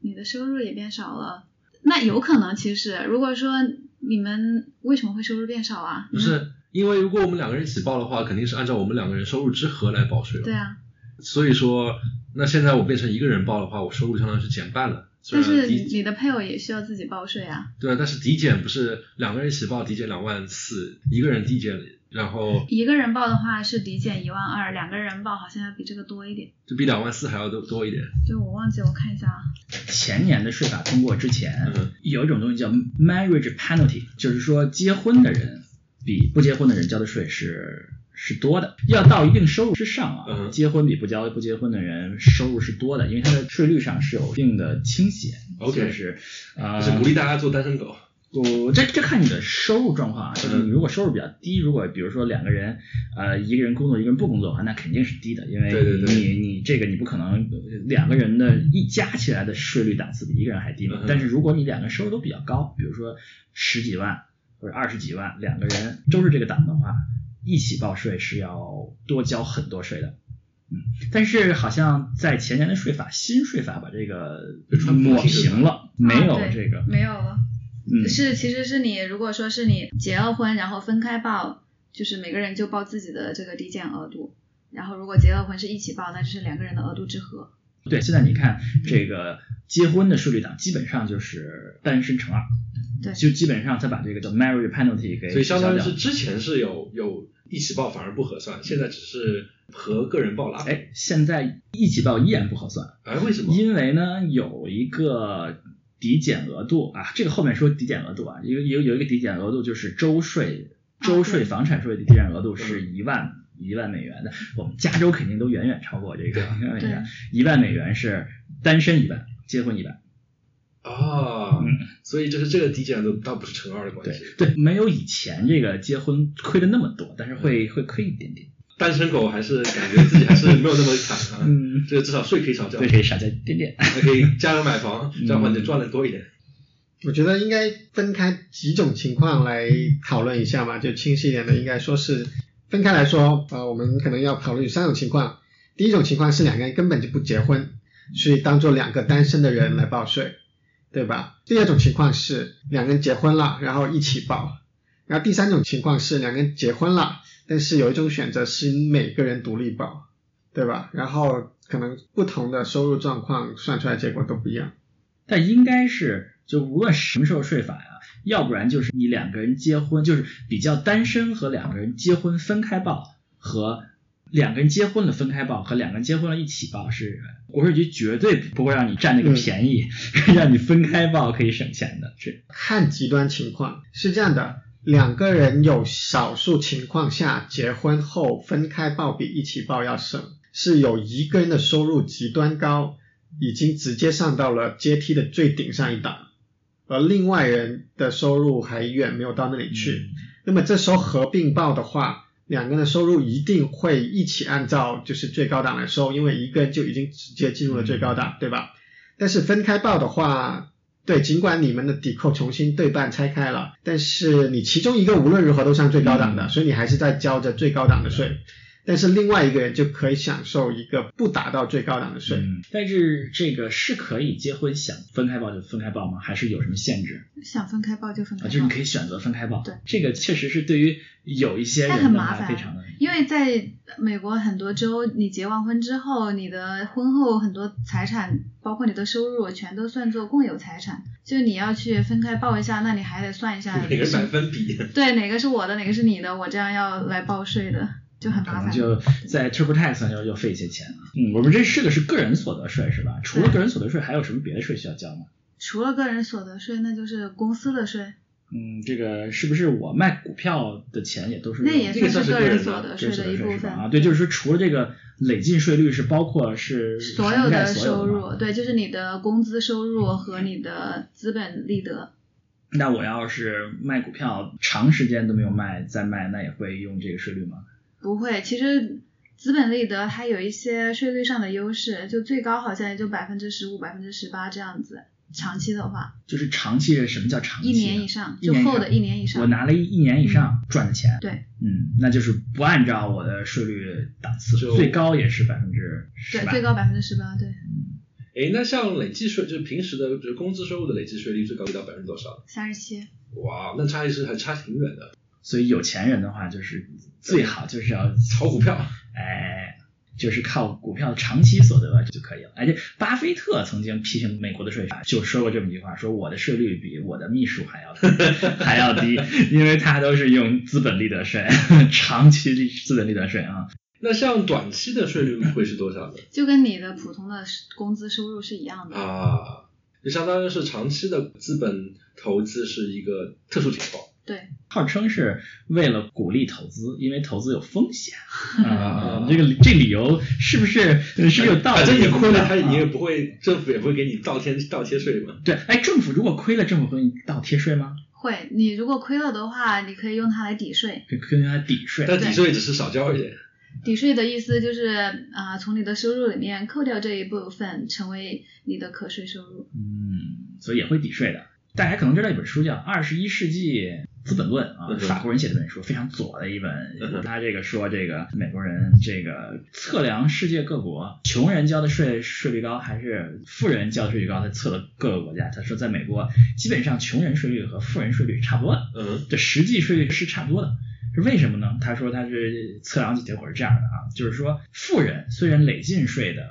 Speaker 4: 你的收入也变少了。那有可能，其实如果说你们为什么会收入变少啊？
Speaker 3: 就是因为如果我们两个人一起报的话，肯定是按照我们两个人收入之和来报税嘛。
Speaker 4: 对啊，
Speaker 3: 所以说，那现在我变成一个人报的话，我收入相当于是减半了。虽
Speaker 4: 但
Speaker 3: 然
Speaker 4: 是
Speaker 3: 抵
Speaker 4: 你的配偶也需要自己报税啊，
Speaker 3: 对啊，但是抵减不是两个人一起报抵减两万四，一个人抵减，然后
Speaker 4: 一个人报的话是抵减一万二，两个人报好像要比这个多一点。
Speaker 3: 就比两万四还要多多一点。
Speaker 4: 就我忘记，我看一下啊。
Speaker 1: 前年的税法通过之前，
Speaker 3: 嗯
Speaker 1: 有一种东西叫 marriage penalty，就是说结婚的人比不结婚的人交的税是是多的，要到一定收入之上啊，
Speaker 3: 嗯
Speaker 1: 结婚比不交不结婚的人收入是多的，因为它的税率上是有一定的倾斜。
Speaker 3: OK
Speaker 1: 就是呃，
Speaker 3: 就是鼓励大家做单身狗。
Speaker 1: 我这这看你的收入状况啊，就是你
Speaker 3: 嗯
Speaker 1: 如果收入比较低，如果比如说两个人，呃，一个人工作，一个人不工作的话，那肯定是低的，因为你
Speaker 3: 对对对
Speaker 1: 你你这个你不可能呃两个人的一加起来的税率档次比一个人还低嘛
Speaker 3: 嗯。哼
Speaker 1: 但是如果你两个人收入都比较高，比如说十几万或者二十几万，两个人都是这个档的话，一起报税是要多交很多税的。嗯，但是好像在前年的税法新税法把这个
Speaker 3: 就川普
Speaker 1: 抹
Speaker 3: 新税法
Speaker 1: 平了，没有
Speaker 4: 对
Speaker 1: 这个，
Speaker 4: 没有了。
Speaker 1: 嗯，
Speaker 4: 是，其实是你如果说是你结了婚，然后分开报，就是每个人就报自己的这个抵减额度。然后如果结了婚是一起报，那就是两个人的额度之和。
Speaker 1: 对，现在你看这个结婚的税率档，基本上就是单身乘二，
Speaker 4: 对
Speaker 1: 就基本上他把这个叫 marriage penalty 给
Speaker 3: 所以相当于是
Speaker 1: 取消掉
Speaker 3: 之前是有有一起报反而不合算，现在只是和个人报了。
Speaker 1: 哎，现在一起报依然不合算，
Speaker 3: 哎，为什么？
Speaker 1: 因为呢有一个抵减额度啊，这个后面说抵减额度啊，有有有一个抵减额度就是周税，周税房产税的抵减额度是
Speaker 3: 嗯
Speaker 1: 一万。一万美元的，我们加州肯定都远远超过这
Speaker 3: 啊
Speaker 1: 个一万美元。一万美元是单身一万，结婚一万。
Speaker 3: 啊
Speaker 1: 嗯，
Speaker 3: 所以就是这个抵减的倒不是乘二的关
Speaker 1: 对
Speaker 3: 系。
Speaker 1: 对，没有以前这个结婚亏的那么多，但是会会亏一点点。
Speaker 3: 单身狗还是感觉自己还是没有那么惨啊。
Speaker 1: 嗯，
Speaker 3: 这个至少税可以少交
Speaker 1: 对，，可以少交一点点。
Speaker 3: 还可以加人买房，
Speaker 1: 嗯
Speaker 3: 这样的话你就赚的多一点。
Speaker 2: 我觉得应该分开几种情况来讨论一下嘛，就清晰一点的，应该说是分开来说，呃，我们可能要考虑三种情况。第一种情况是两个人根本就不结婚，所以当做两个单身的人来报税，对吧？第二种情况是两个人结婚了，然后一起报。然后第三种情况是两个人结婚了，但是有一种选择是每个人独立报，对吧？然后可能不同的收入状况算出来结果都不一样。
Speaker 1: 但应该是就无论什么时候税法呀、要不然就是你两个人结婚，就是比较单身和两个人结婚分开报和。两个人结婚了分开报和两个人结婚了一起报是国税局绝对不会让你占那个便宜， 让你分开报可以省钱的。是
Speaker 2: 看极端情况，是这样的，两个人有少数情况下结婚后分开报比一起报要省，是有一个人的收入极端高，已经直接上到了阶梯的最顶上一档，而另外人的收入还远没有到那里
Speaker 1: 嗯
Speaker 2: 去。那么这时候合并报的话，两个人的收入一定会一起按照就是最高档来收，因为一个人就已经直接进入了最高
Speaker 1: 嗯
Speaker 2: 档，对吧？但是分开报的话，对，尽管你们的抵扣重新对半拆开了，但是你其中一个无论如何都上最高档的，
Speaker 1: 嗯
Speaker 2: 所以你还是在交着最高档的税。但是另外一个人就可以享受一个不达到最高档的税，
Speaker 1: 嗯，但是这个是可以结婚想分开报就分开报吗？还是有什么限制？
Speaker 4: 想分开报就分
Speaker 1: 啊，
Speaker 4: 开报，
Speaker 1: 就是你可以选择分开报。
Speaker 4: 嗯对，
Speaker 1: 这个确实是对于有一些
Speaker 4: 那
Speaker 1: 人
Speaker 4: 很
Speaker 1: 的
Speaker 4: 麻
Speaker 1: 话，
Speaker 4: 烦
Speaker 1: 非常的。
Speaker 4: 因为在美国很多州，你结完婚之后，你的婚后很多财产，包括你的收入，全都算作共有财产。就你要去分开报一下，那你还得算一下
Speaker 3: 每个人百分比，
Speaker 4: 对哪个是我的，哪个是你的，我这样要来报税的，就很
Speaker 1: 可
Speaker 4: 麻
Speaker 1: 能
Speaker 4: 烦。
Speaker 1: 就在 TurboTax 上就又费一些钱了。嗯，我们这这个是个人所得税是吧？除了个人所得税，还有什么别的税需要交吗？
Speaker 4: 除了个人所得税，那就是公司的税，
Speaker 1: 嗯，这个是不是我卖股票的钱也都是
Speaker 4: 那也
Speaker 1: 用
Speaker 3: 这个
Speaker 4: 算
Speaker 3: 算是
Speaker 4: 个
Speaker 3: 个人
Speaker 4: 所
Speaker 1: 个
Speaker 4: 得
Speaker 3: 的
Speaker 1: 人
Speaker 4: 税
Speaker 1: 所
Speaker 4: 的
Speaker 1: 得
Speaker 4: 一
Speaker 1: 税
Speaker 4: 部
Speaker 1: 是吧？
Speaker 4: 分。
Speaker 1: 啊，对，就是说除了这个累进税率是包括是
Speaker 4: 所
Speaker 1: 涵
Speaker 4: 有
Speaker 1: 盖
Speaker 4: 的
Speaker 1: 所有
Speaker 4: 收
Speaker 1: 的吗
Speaker 4: 入，对，就是你的工资收入和你的资本利得。
Speaker 1: 那我要是卖股票长时间都没有卖再卖，那也会用这个税率吗？
Speaker 4: 不会，其实资本利得它有一些税率上的优势，就最高好像也就百分之十五、百分之十八这样子。长期的话，
Speaker 1: 就是长期是什么叫长期啊
Speaker 4: 一
Speaker 1: 呢？
Speaker 4: 年以上，
Speaker 1: 一
Speaker 4: 就
Speaker 1: 年以
Speaker 4: 厚
Speaker 1: 上
Speaker 4: 的一年以
Speaker 1: 我
Speaker 4: 上。
Speaker 1: 拿了一年以上赚的钱，
Speaker 4: 对，
Speaker 1: 嗯，那就是不按照我的税率档次，
Speaker 3: 就
Speaker 1: 最高也是百分之十
Speaker 4: 对，
Speaker 1: 吧
Speaker 4: 最。高百分之十八，对，
Speaker 3: 哎，那像累计税，就是平时的，就是工资收入的累计税率最高到百分之多少？
Speaker 4: 三十七。
Speaker 3: 哇，那差异是还差挺远的。
Speaker 1: 所以有钱人的话，就是最好就是要
Speaker 3: 炒股票，
Speaker 1: 哎，就是靠股票长期所得就可以了。而且巴菲特曾经批评美国的税法，就说过这么一句话：说我的税率比我的秘书还要低 还要低，因为他都是用资本利得税， 长期利资本利得税啊。
Speaker 3: 那像短期的税率会是多少呢？
Speaker 4: 就跟你的普通的工资收入是一样的。
Speaker 3: 啊，就相当于是长期的资本投资是一个特殊情况。
Speaker 4: 对，
Speaker 1: 号称是为了鼓励投资，因为投资有风 险啊
Speaker 3: 啊。
Speaker 1: 这个这理由是不是呃是不是有道理？
Speaker 3: 反正你亏了，他
Speaker 1: 啊
Speaker 3: 你也不会，政府也不会给你倒贴倒贴税嘛。
Speaker 1: 对，哎，政府如果亏了，政府会给你倒贴税吗？
Speaker 4: 会，你如果亏了的话，你可以用它来抵税。
Speaker 1: 跟跟他抵税。
Speaker 3: 但抵税只是少交一点。
Speaker 4: 抵税的意思就是，啊，从你的收入里面扣掉这一部分，成为你的可税收入。
Speaker 1: 嗯，所以也会抵税的。大家可能知道一本书叫《二十一世纪资本论》啊
Speaker 3: 嗯，哼
Speaker 1: 法国人写的本书，非常左的一
Speaker 3: 嗯
Speaker 1: 本。
Speaker 3: 哼
Speaker 1: 他这个说这个美国人这个测量世界各国穷人交的税税率高还是富人交的税率高，他测了各个国家，他说在美国基本上穷人税率和富人税率差不多的，
Speaker 3: 嗯
Speaker 1: 这实际税率是差不多的。是为什么呢？他说他是测量结果是这样的啊，就是说富人虽然累进税的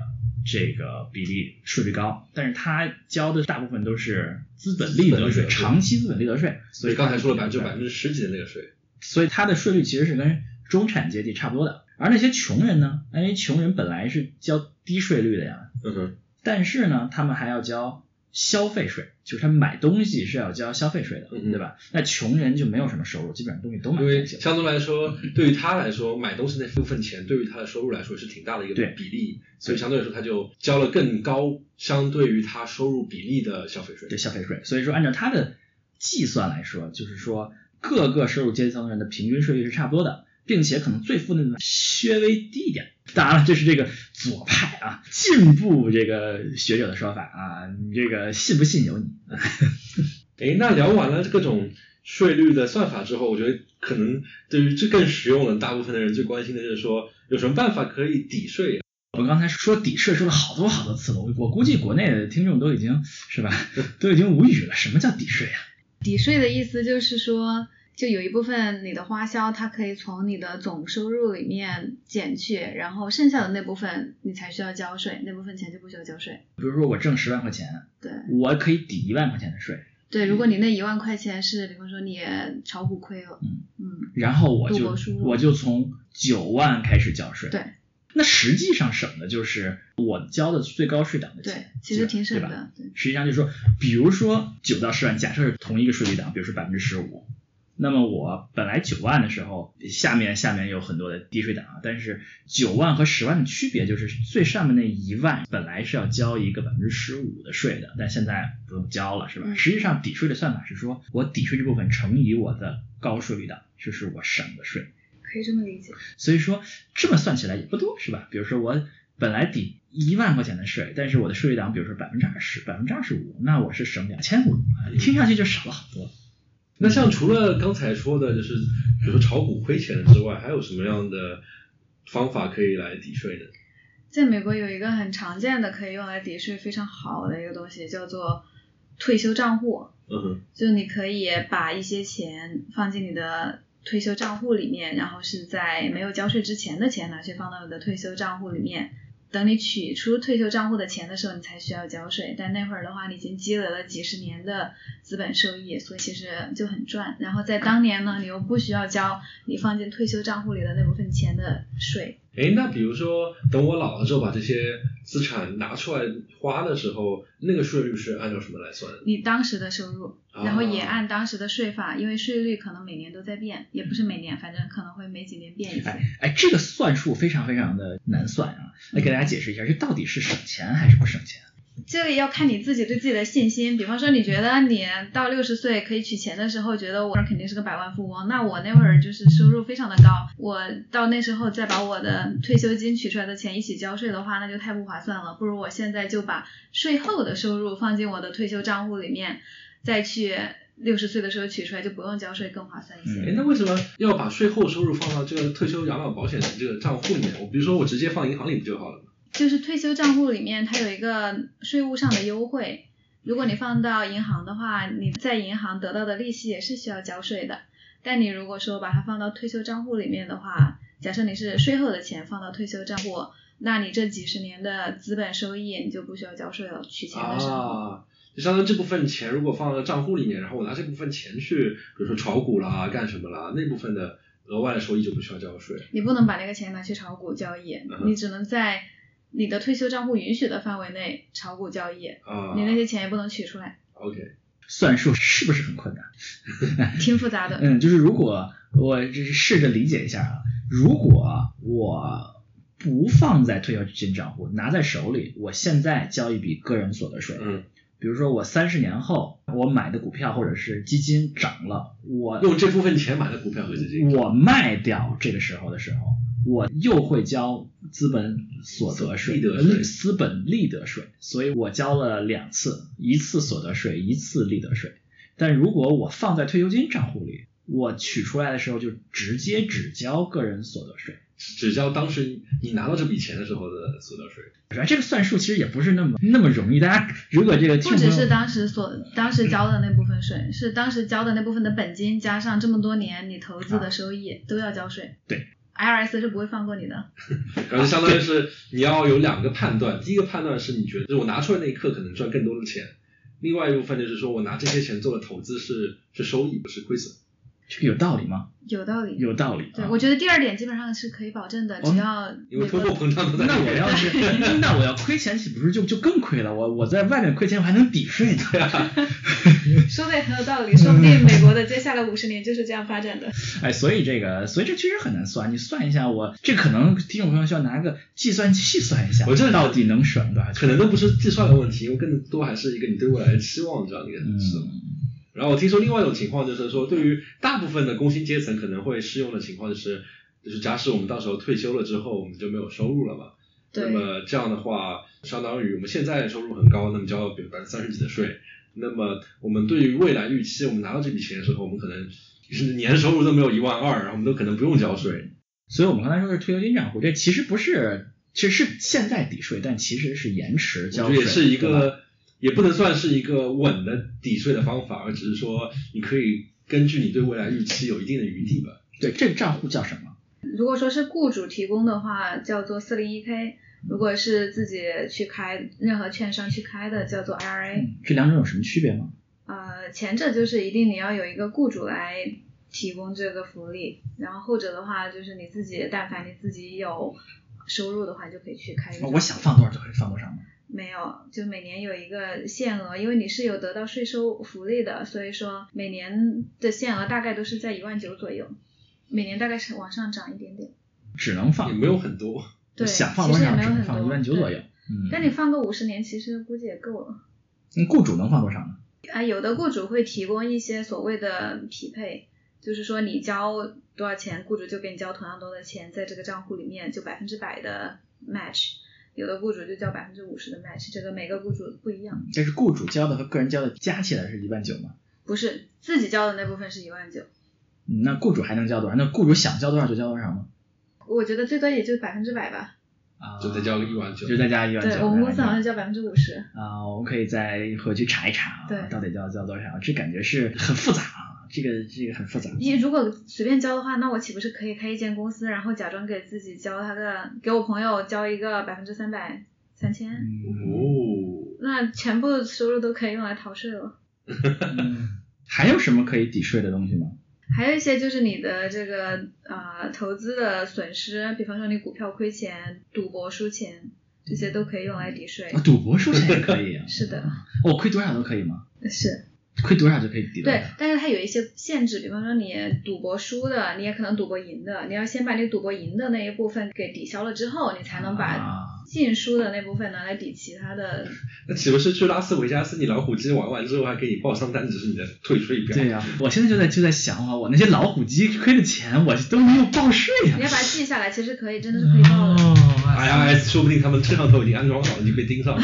Speaker 1: 这个比例税率高，但是他交的大部分都是资本利得税，
Speaker 3: 资本利得税
Speaker 1: 长期资本利得税，所以
Speaker 3: 你刚才说了百分之
Speaker 1: 百
Speaker 3: 百分之十几的那个税，
Speaker 1: 所以它的税率其实是跟中产阶级差不多的。而那些穷人呢，因为穷人本来是交低税率的呀，
Speaker 3: 嗯哼，
Speaker 1: 但是呢，他们还要交消费税，就是他们买东西是要交消费税的，
Speaker 3: 嗯嗯
Speaker 1: 对吧？那穷人就没有什么收入，基本上东西都买
Speaker 3: 因
Speaker 1: 不
Speaker 3: 为
Speaker 1: 起了。
Speaker 3: 相对来说，对于他来说，买东西那部分钱对于他的收入来说是挺大的一
Speaker 1: 对
Speaker 3: 个比例，所以相对来说他就交了更高相对于他收入比例的消费税
Speaker 1: 对。消费税。所以说，按照它的计算来说，就是说各个收入阶层人的平均税率是差不多的，并且可能最富那部分稍微低一点。当然了，这是这个左派啊，进步这个学者的说法啊，你这个信不信由你。
Speaker 3: 诶，那聊完了各种税率的算法之后，我觉得可能对于这更实用的，大部分的人最关心的就是说，有什么办法可以抵税？啊
Speaker 1: 我们刚才说抵税说了好多好多次了，我我估计国内的听众都已经是吧，都已经无语了。什么叫抵税啊？
Speaker 4: 抵税的意思就是说，就有一部分你的花销，它可以从你的总收入里面减去，然后剩下的那部分你才需要交税，那部分钱就不需要交税。
Speaker 1: 比如说我挣十万块钱，
Speaker 4: 对
Speaker 1: 我可以抵一万块钱的税，
Speaker 4: 对，如果你那一万块钱是，比方说你炒股亏了，
Speaker 1: 嗯
Speaker 4: 嗯，
Speaker 1: 然后我
Speaker 4: 度
Speaker 1: 就
Speaker 4: 过输入
Speaker 1: 我就从九万开始交税。
Speaker 4: 对。
Speaker 1: 那实际上省的就是我交的最高税档的
Speaker 4: 对
Speaker 1: 钱，，
Speaker 4: 其实挺
Speaker 1: 对
Speaker 4: 省
Speaker 1: 吧。
Speaker 4: 的，对。
Speaker 1: 实际上就是说，比如说九到十万，假设是同一个税率档，比如说百分之十五，那么我本来九万的时候，下面下面有很多的低税档啊，但是九万和十万的区别就是最上面那一万本来是要交一个百分之十五的税的，但现在不用交了，是吧？
Speaker 4: 嗯
Speaker 1: 实际上抵税的算法是说我抵税这部分乘以我的高税率档，就是我省的税。
Speaker 4: 可以这么理解，
Speaker 1: 所以说这么算起来也不多，是吧？比如说我本来抵一万块钱的税，但是我的税率档比如说百分之二十、百分之二十五，那我是省两千五，啊听上去就少了好多。
Speaker 3: 那像除了刚才说的，就是比如说炒股亏钱之外，还有什么样的方法可以来抵税呢？
Speaker 4: 在美国有一个很常见的可以用来抵税非常好的一个东西，叫做退休账户。
Speaker 3: 嗯哼，
Speaker 4: 就你可以把一些钱放进你的退休账户里面，然后是在没有交税之前的钱拿去放到你的退休账户里面。等你取出退休账户的钱的时候，你才需要交税。但那会儿的话，你已经积累了几十年的资本收益，所以其实就很赚。然后在当年呢，你又不需要交你放进退休账户里的那部分钱的税。
Speaker 3: 诶，那比如说等我老了之后把这些资产拿出来花的时候，那个税率是按照什么来算的？
Speaker 4: 你当时的收入，
Speaker 3: 啊
Speaker 4: 然后也按当时的税法，因为税率可能每年都在变，也不是每年，反正可能会每几年变一次。
Speaker 1: 哎，这个算术非常非常的难算啊！来给大家解释一下，这到底是省钱还是不省钱？
Speaker 4: 这个要看你自己对自己的信心。比方说，你觉得你到六十岁可以取钱的时候，觉得我肯定是个百万富翁，那我那会儿就是收入非常的高，我到那时候再把我的退休金取出来的钱一起交税的话，那就太不划算了。不如我现在就把税后的收入放进我的退休账户里面，再去六十岁的时候取出来，就不用交税，更划算一些。
Speaker 1: 嗯
Speaker 3: 诶，那为什么要把税后收入放到这个退休养老保险的这个账户里面？我比如说我直接放银行里不就好了吗？
Speaker 4: 就是退休账户里面它有一个税务上的优惠，如果你放到银行的话，你在银行得到的利息也是需要交税的。但你如果说把它放到退休账户里面的话，假设你是税后的钱放到退休账户，那你这几十年的资本收益你就不需要交税了，取钱的时候。
Speaker 3: 啊，就相当于这部分钱如果放到账户里面，然后我拿这部分钱去，比如说炒股啦、干什么啦，那部分的额外的收益就不需要交税。
Speaker 4: 你不能把那个钱拿去炒股交易，
Speaker 3: 嗯哼
Speaker 4: 你只能在你的退休账户允许的范围内炒股交易，
Speaker 3: 啊
Speaker 4: 你那些钱也不能取出来，
Speaker 3: ，OK，
Speaker 1: 算数是不是很困难？
Speaker 4: 挺复杂的。
Speaker 1: 嗯，就是如果我就是试着理解一下啊，如果我不放在退休金账户，拿在手里，我现在交一笔个人所得税，
Speaker 3: 嗯，
Speaker 1: 比如说我三十年后我买的股票或者是基金涨了，我
Speaker 3: 用这部分钱买的股票和基金。
Speaker 1: 我卖掉这个时候的时候，我又会交资本所得税、
Speaker 3: 利得税
Speaker 1: 资本利得税，所以我交了两次，一次所得税，一次利得税。但如果我放在退休金账户里，我取出来的时候就直接只交个人所得税。
Speaker 3: 只交当时你拿到这笔钱的时候的所得税。
Speaker 1: 反哎正这个算术其实也不是那么那么容易，大家如果这个听众
Speaker 4: 不只
Speaker 1: 朋友
Speaker 4: 是当时所当时交的那部分税，是当时交的那部分的本金加上这么多年你投资的收益、都要交税。
Speaker 1: 啊对
Speaker 4: ，IRS 是不会放过你的。
Speaker 3: 然后就相当于是你要有两个判断，第一个判断是你觉得就是我拿出来那一刻可能赚更多的钱，另外一部分就是说我拿这些钱做的投资是是收益不是亏损。
Speaker 1: 这个有道理吗？
Speaker 4: 有道理。
Speaker 1: 有道理、啊。哦
Speaker 4: 对，我觉得第二点基本上是可以保证的，只要
Speaker 3: 因为通货膨胀都在
Speaker 1: 那
Speaker 3: 里
Speaker 1: 我
Speaker 3: 面
Speaker 1: 要 是那我要亏钱，岂不是就就更亏了？我我在外面亏钱，我还能抵税呢。
Speaker 4: 说的也很有道理，说不定美国的接下来五十年就是这样发 展的。
Speaker 1: 哎，所以这个，所以这确实很难算。你算一下我，这可能听众朋友需要拿个计算器算一下，
Speaker 3: 我这
Speaker 1: 到底能省多少
Speaker 3: 可
Speaker 1: 钱？
Speaker 3: 能都不是计算的问题，因为更多还是一个你对未来的期望这样的一个
Speaker 1: 嗯，
Speaker 3: 事。然后我听说另外一种情况就是说，对于大部分的工薪阶层可能会适用的情况就是，就是假使我们到时候退休了之后，我们就没有收入了嘛。那
Speaker 4: 对，
Speaker 3: 么这样的话，相当于我们现在收入很高，那么交比如百分之三十几的税。那么我们对于未来预期，我们拿到这笔钱的时候，我们可能就是年收入都没有一万二，然后我们都可能不用交税。
Speaker 1: 所以我们刚才说的是退休金账户，这其实不是，其实是现在抵税，但其实是延迟
Speaker 3: 我觉
Speaker 1: 交
Speaker 3: 得
Speaker 1: 税，
Speaker 3: 也是一
Speaker 1: 对吧。
Speaker 3: 个，也不能算是一个稳的抵税的方法，而只是说你可以根据你对未来预期有一定的余地吧。
Speaker 1: 对，这个账户叫什么？
Speaker 4: 如果说是雇主提供的话，叫做四零一 k；如果是自己去开，任何券商去开的，叫做 IRA。
Speaker 3: 嗯
Speaker 1: 这两种有什么区别吗？
Speaker 4: 呃，前者就是一定你要有一个雇主来提供这个福利，然后后者的话就是你自己，但凡你自己有收入的话，你就可以去开一个。
Speaker 1: 哦我想放多少就可以放多少吗？
Speaker 4: 没有，就每年有一个限额，因为你是有得到税收福利的，所以说每年的限额大概都是在一万九左右，每年大概是往上涨一点点。
Speaker 1: 只能
Speaker 3: 也
Speaker 1: 放，
Speaker 3: 没有很多。
Speaker 4: 对，
Speaker 1: 想放
Speaker 4: 其
Speaker 1: 多
Speaker 4: 实也
Speaker 1: 少
Speaker 4: 没
Speaker 1: 只
Speaker 4: 有
Speaker 1: 能
Speaker 4: 很
Speaker 1: 放
Speaker 4: 多，
Speaker 1: 一万九
Speaker 4: 对
Speaker 1: 左右。。嗯，
Speaker 4: 但你放个五十年，其实估计也够了。
Speaker 1: 你雇主能放多少呢？
Speaker 4: 啊，有的雇主会提供一些所谓的匹配，就是说你交多少钱，雇主就给你交同样多的钱，在这个账户里面就百分之百的 match。有的雇主就交百分之五十的 match，这个每个雇主不一样。
Speaker 1: 这是雇主交的和个人交的加起来是一万九吗？
Speaker 4: 不是自己交的那部分是一万九，
Speaker 1: 嗯那雇主还能交多少？那雇主想交多少就交多少吗？
Speaker 4: 我觉得最多也就百分之百吧。
Speaker 1: 啊，
Speaker 3: 就再交个一万九
Speaker 1: 就。再加一万九。
Speaker 4: 对我们公司好像交百分之五十。
Speaker 1: 啊，我们可以再回去查一查
Speaker 4: 对
Speaker 1: 啊，到底交交多少？这感觉是很复杂啊，这个这个很复杂。
Speaker 4: 你如果随便交的话，那我岂不是可以开一间公司，然后假装给自己交他个，给我朋友交一个百分之三百三千，
Speaker 1: 嗯，
Speaker 3: 哦，
Speaker 4: 那全部收入都可以用来逃税了。
Speaker 1: 嗯还有什么可以抵税的东西吗？
Speaker 4: 还有一些就是你的这个呃投资的损失，比方说你股票亏钱、赌博输钱，这些都可以用来抵税
Speaker 1: 啊，。赌博输钱也可以 啊。
Speaker 4: 是的，
Speaker 1: 我亏多少都可以吗？
Speaker 4: 是
Speaker 1: 亏多少就可以抵多少
Speaker 4: 对？，但是它有一些限制，比方说你赌博输的，你也可能赌博赢的，你要先把你赌博赢的那一部分给抵消了之后，你才能把
Speaker 1: 啊，
Speaker 4: 净输的那部分拿来抵其他的。
Speaker 3: 那岂不是去拉斯维加斯你老虎机玩完之后还给你报上单，只是你的退税
Speaker 4: 啊
Speaker 3: 表？
Speaker 1: 对呀、我现在就在就在想啊，我那些老虎机亏的钱，我都没有报税呀、
Speaker 4: 你要把它记下来，其实可以，真的是可
Speaker 1: 嗯
Speaker 4: 以报
Speaker 3: 哦
Speaker 4: 的。
Speaker 3: 哎，IRS 说不定他们摄像头已经安装好了，你就可以盯 上了。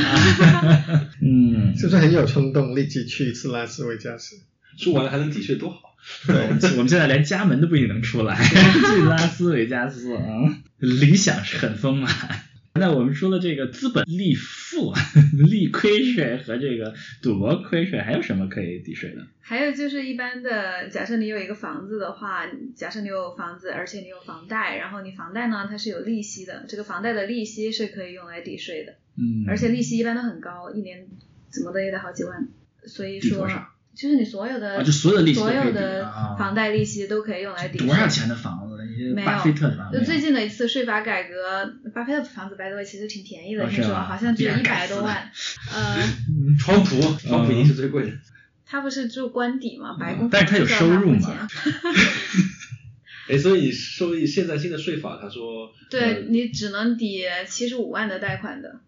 Speaker 1: 嗯，
Speaker 2: 是不是很有冲动，立即去一次拉斯维加斯？
Speaker 3: 说完了还能抵税，多好！
Speaker 1: 我们我们现在连家门都不一定能出来，去拉斯维加斯啊，理想是很丰满。 那我们说了这个资本利富、 利亏税和这个赌博亏税，还有什么可以抵税的？
Speaker 4: 还有就是一般的，假设你有一个房子的话，假设你有房子，而且你有房贷，然后你房贷呢它是有利息的，这个房贷的利息是可以用来抵税的，
Speaker 1: 嗯，
Speaker 4: 而且利息一般都很高，一年怎么的也得好几万，所以
Speaker 1: 抵
Speaker 4: 说
Speaker 1: 多少
Speaker 4: 就是你所有的、
Speaker 1: 啊就所有的利息都
Speaker 4: 所
Speaker 1: 可以
Speaker 4: 有
Speaker 1: 抵
Speaker 4: 的
Speaker 1: 啊
Speaker 4: 房贷利息都可以用来抵税。
Speaker 1: 多少钱的房子？一
Speaker 4: 没有
Speaker 1: 巴菲特的房子
Speaker 4: 就最近的一次税法改革，巴菲特房子白多其实挺便宜的，
Speaker 1: 哦
Speaker 4: 听
Speaker 1: 是
Speaker 4: 说
Speaker 1: 吗
Speaker 4: 好像只有
Speaker 1: 比尔
Speaker 4: 一
Speaker 1: 盖
Speaker 4: 百
Speaker 1: 茨
Speaker 4: 多万。呃，
Speaker 1: 嗯
Speaker 3: 川普，川普一定是最贵的。
Speaker 4: 他不是住官邸嘛，白
Speaker 1: 嗯
Speaker 4: 宫、
Speaker 1: 但是他有收入嘛
Speaker 4: 嘛。
Speaker 3: 哎，所以所以现在新的税法，他说，
Speaker 4: 对
Speaker 3: 呃
Speaker 4: 你只能抵七十五万的贷款的。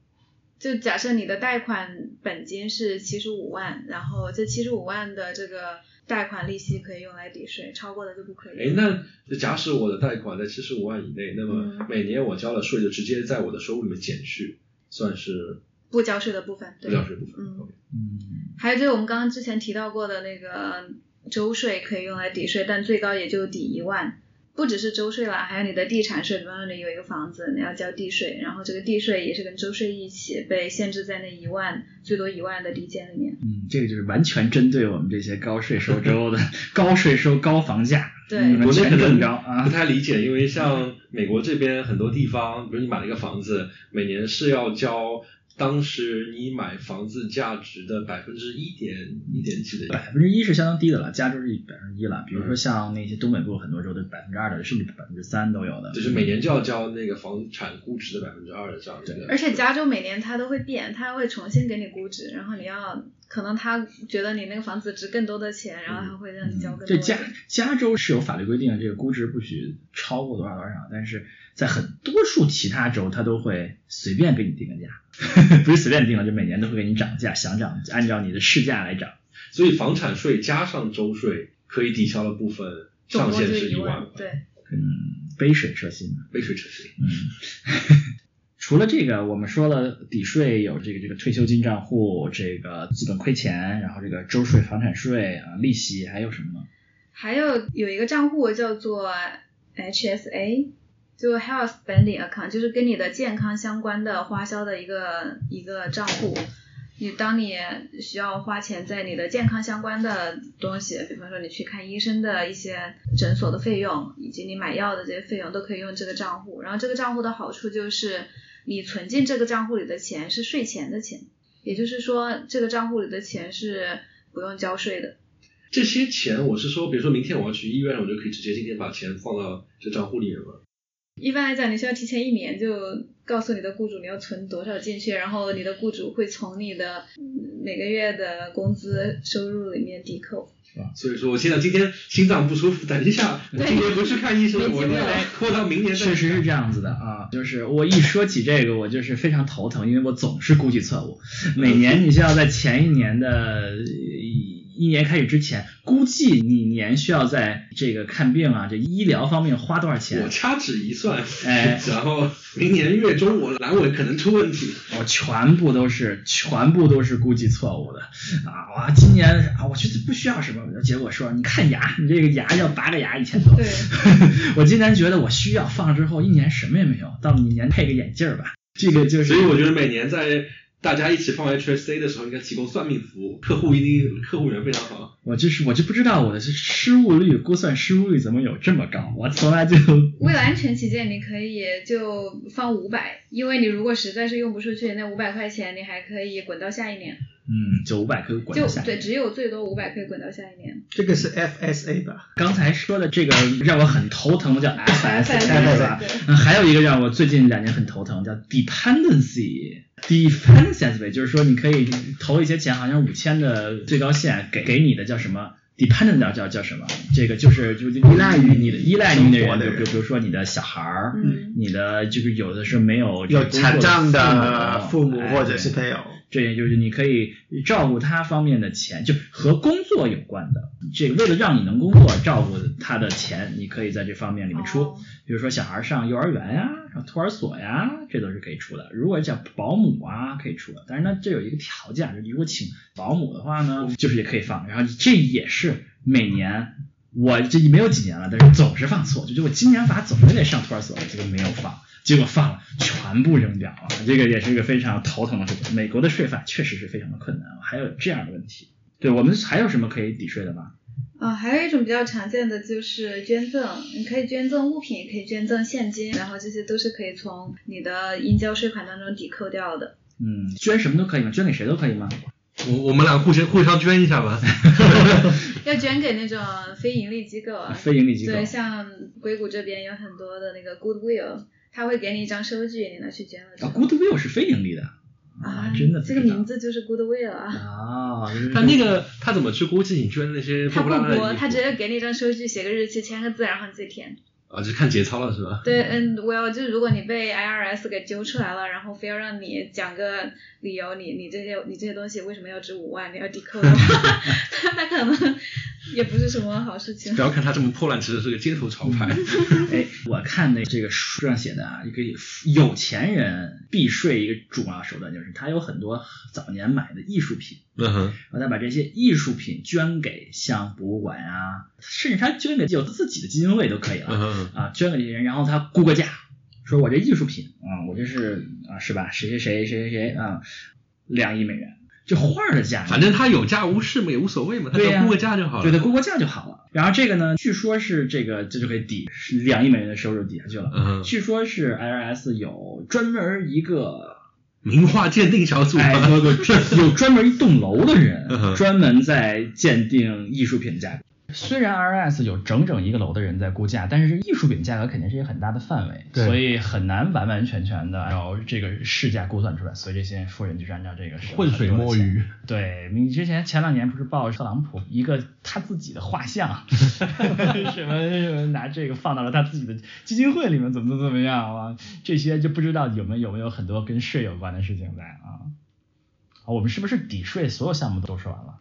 Speaker 4: 就假设你的贷款本金是七十五万，然后这七十五万的这个贷款利息可以用来抵税，超过的就不可
Speaker 3: 哎
Speaker 4: 以。，
Speaker 3: 那假使我的贷款在七十五万以内，那么
Speaker 4: 嗯
Speaker 3: 每年我交了税，就直接在我的收入里面减去，算是
Speaker 4: 不交税的部分，
Speaker 3: 不
Speaker 4: 对。
Speaker 3: 交税部分。
Speaker 4: 嗯
Speaker 3: OK
Speaker 1: 嗯，
Speaker 4: 还有就是我们刚刚之前提到过的那个州税可以用来抵税，但最高也就抵一万。不只是州税啦，还有你的地产税，比方说你有一个房子，你要交地税，然后这个地税也是跟州税一起被限制在那一万最多一万的抵减里面。
Speaker 1: 嗯，这个就是完全针对我们这些高税收州的 高税收、高房价，
Speaker 4: 对
Speaker 1: 你们
Speaker 3: 国内
Speaker 1: 全
Speaker 3: 可
Speaker 1: 中
Speaker 3: 能
Speaker 1: 招啊
Speaker 3: 不！太理解，因为像美国这边很多地方，比如你买了一个房子，每年是要交当时你买房子价值的百分之一点一点几的。
Speaker 1: 百分之一是相当低的了，加州是百分之一了，比如说像那些东北部很多州都百分之二的，甚至百分之三都有的，
Speaker 3: 就是每年就要交那个房产估值的百分之二的这样的一个，
Speaker 4: 而且加州每年它都会变，它会重新给你估值，然后你要可能他觉得你那个房子值更多的钱，然后他会让你
Speaker 3: 嗯
Speaker 4: 交
Speaker 1: 嗯
Speaker 4: 更多
Speaker 1: 这
Speaker 4: 的
Speaker 1: 加
Speaker 4: 钱。
Speaker 1: 加州是有法律规定，这个估值不许超过多少多少，但是在很多数其他州，它都会随便给你定个价， 不是随便定了，就每年都会给你涨价，想涨按照你的市价来涨。
Speaker 3: 所以房产税加上州税可以抵消的部分
Speaker 4: 总
Speaker 3: 上
Speaker 4: 共
Speaker 3: 限
Speaker 4: 就是一
Speaker 3: 一万
Speaker 4: 对，
Speaker 1: 嗯，杯水车薪。
Speaker 3: 杯水车薪。
Speaker 1: 嗯， 除了这个，我们说了抵税有这个这个退休金账户，这个资本亏钱，然后这个州税、房产税啊、利息，还有什么呢？
Speaker 4: 还有有一个账户叫做 HSA，就 Health Spending Account，就是跟你的健康相关的花销的一个一个账户。你当你需要花钱在你的健康相关的东西，比方说你去看医生的一些诊所的费用，以及你买药的这些费用，都可以用这个账户。然后这个账户的好处就是，你存进这个账户里的钱是税前的钱，也就是说这个账户里的钱是不用交税的。
Speaker 3: 这些钱我是说，比如说明天我要去医院，我就可以直接今天把钱放到这账户里面吗？
Speaker 4: 一般来讲，你需要提前一年就告诉你的雇主你要存多少进去，然后你的雇主会从你的嗯每个月的工资收入里面抵扣。
Speaker 3: 所以说，我现在今天心脏不舒服，等一下我
Speaker 4: 对
Speaker 3: 今年不去看医生，
Speaker 4: 没
Speaker 3: 我
Speaker 4: 机
Speaker 3: 应
Speaker 4: 会
Speaker 3: 该
Speaker 4: 了
Speaker 3: 拖到明年再。
Speaker 1: 确实是这样子的啊，就是我一说起这个，我就是非常头疼，因为我总是估计错误。每年你需要在前一年的一一年开始之前，估计你年需要在这个看病啊、这医疗方面花多少
Speaker 3: 我
Speaker 1: 钱。
Speaker 3: 掐指一算，
Speaker 1: 哎
Speaker 3: 然后明年月中我阑尾可能出问题。
Speaker 1: 我全部都是全部都是估计错误的啊！哇，今年啊，我觉得不需要什么，结果说你看牙，你这个牙要拔个牙一千多。
Speaker 4: 对，
Speaker 1: 我今年觉得我需要放之后一年什么也没有，到明年配个眼镜儿吧。这个就是，
Speaker 3: 所以我觉得每年在大家一起放 HSA 的时候，应该提供算命服务，客户一定客户缘非常好。
Speaker 1: 我就是我就不知道我的失误率估算失误率怎么有这么高，我从来就
Speaker 4: 为了安全起见，你可以就放五百，因为你如果实在是用不出去，那五百块钱你还可以滚到下一年，
Speaker 1: 嗯九五百可以滚
Speaker 4: 就
Speaker 1: 一下。
Speaker 4: 对，只有最多五百可以滚到下一年。
Speaker 2: 这个是 FSA 吧？
Speaker 1: 刚才说的这个让我很头疼的叫 FSA
Speaker 4: 对
Speaker 1: 吧
Speaker 4: 对，
Speaker 1: 嗯还有一个让我最近两年很头疼叫 dependency。dependency 就是说你可以投一些钱，好像五千的最高限给给你的叫什么 dependent 啊叫叫叫什么？这个就是就就依赖于你的依赖于你的
Speaker 2: 生活
Speaker 1: 人，
Speaker 2: 的
Speaker 1: 就
Speaker 2: 人
Speaker 1: 比比如说你的小孩儿，
Speaker 4: 嗯
Speaker 1: 你的就是有的是没有
Speaker 2: 有残障的
Speaker 1: 父
Speaker 2: 父
Speaker 1: 母
Speaker 2: 母或者是
Speaker 1: 哎
Speaker 2: 配偶。
Speaker 1: 这也就是你可以照顾他方面的钱，就和工作有关的。这个为了让你能工作，照顾他的钱，你可以在这方面里面出，
Speaker 4: 哦
Speaker 1: 比如说小孩上幼儿园呀、上托儿所呀、这都是可以出的。如果像保姆啊，可以出的。但是呢，这有一个条件，就是如果请保姆的话呢，就是也可以放。然后这也是每年我这没有几年了，但是总是放错，就觉得我今年法总是得上托儿所，结果没有放，结果放了全部扔掉了，这个也是一个非常头疼的事情。美国的税法确实是非常的困难，啊还有这样的问题。对我们还有什么可以抵税的吗？
Speaker 4: 啊，还有一种比较常见的就是捐赠，你可以捐赠物品，也可以捐赠现金，然后这些都是可以从你的应交税款当中抵扣掉的。
Speaker 1: 嗯，捐什么都可以吗？捐给谁都可以吗？
Speaker 3: 我我们俩互相互相捐一下吧。
Speaker 4: 要捐给那种非盈利机构啊，
Speaker 1: 非盈利机构
Speaker 4: 对，像硅谷这边有很多的那个 Goodwill，他会给你一张收据，你拿去捐了之
Speaker 1: 啊
Speaker 4: 后。
Speaker 1: ，Goodwill 是非盈利的
Speaker 3: 嗯
Speaker 4: 啊，
Speaker 1: 真的不
Speaker 4: 这个
Speaker 1: 知道
Speaker 4: 名字就是 Goodwill 啊。
Speaker 1: 啊，
Speaker 3: 但那个 他怎么去估计你捐的那些
Speaker 4: 他
Speaker 3: 破
Speaker 4: 不
Speaker 3: 破烂烂的衣服
Speaker 4: 博，他直接给你一张收据，写个日期，签个字，然后你自己填。
Speaker 3: 啊，就看节操了是吧？
Speaker 4: 对，嗯，well，就是如果你被 IRS 给揪出来了，然后非要让你讲个理由，你你这些你这些东西为什么要值五万，你要抵 扣的话， 那可能也不是什么好事情
Speaker 3: 不。要看他这么破烂，其实是个街头潮牌。
Speaker 1: 哎，我看那这个书上写的啊，一个有钱人避税一个主要手段就是他有很多早年买的艺术品，
Speaker 3: 嗯哼，
Speaker 1: 然后他把这些艺术品捐给像博物馆啊，甚至他捐给有自己的基金会都可以了、
Speaker 3: 嗯哼，
Speaker 1: 啊，捐给这些人，然后他估个价，说我这艺术品啊、我这是啊是吧？谁谁谁谁谁谁啊，两亿美元，这画儿的价格
Speaker 3: 反正他有价无市嘛，也无所谓嘛，他只
Speaker 1: 对呀
Speaker 3: 要估个价就好了。
Speaker 1: 对对，估个价就好了。然后这个呢，据说是这个这就可以抵两亿美元的收入抵下去了。
Speaker 3: 嗯哼，
Speaker 1: 据说是 IRS 有专门一个，
Speaker 3: 名画鉴定小组啊
Speaker 1: 哎，
Speaker 3: 嘛，
Speaker 1: 有个有专门一栋楼的
Speaker 3: 嗯哼
Speaker 1: 人，专门在鉴定艺术品价格。虽然 IRS 有整整一个楼的人在估价，但是艺术品价格肯定是一个很大的范围，
Speaker 3: 对
Speaker 1: 所以很难完完全全的按照这个市价估算出来。所以这些富人就是按照这个省
Speaker 3: 浑水
Speaker 1: 很多的
Speaker 3: 摸
Speaker 1: 钱
Speaker 3: 鱼。
Speaker 1: 对你之前前两年不是报特朗普一个他自己的画 像，什么什么拿这个放到了他自己的基金会里面，怎么怎么怎么样啊？这些就不知道有没有有没有很多跟税有关的事情在啊。啊我们是不是抵税所有项目都说完了？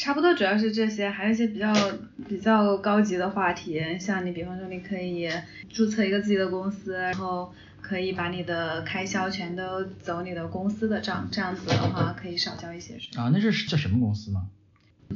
Speaker 4: 差不多主要是这些，还有一些比较比较高级的话题，像你比方说你可以注册一个自己的公司，然后可以把你的开销全都走你的公司的账，这样子的话可以少交一些税。
Speaker 1: 啊，那是叫什么公司吗？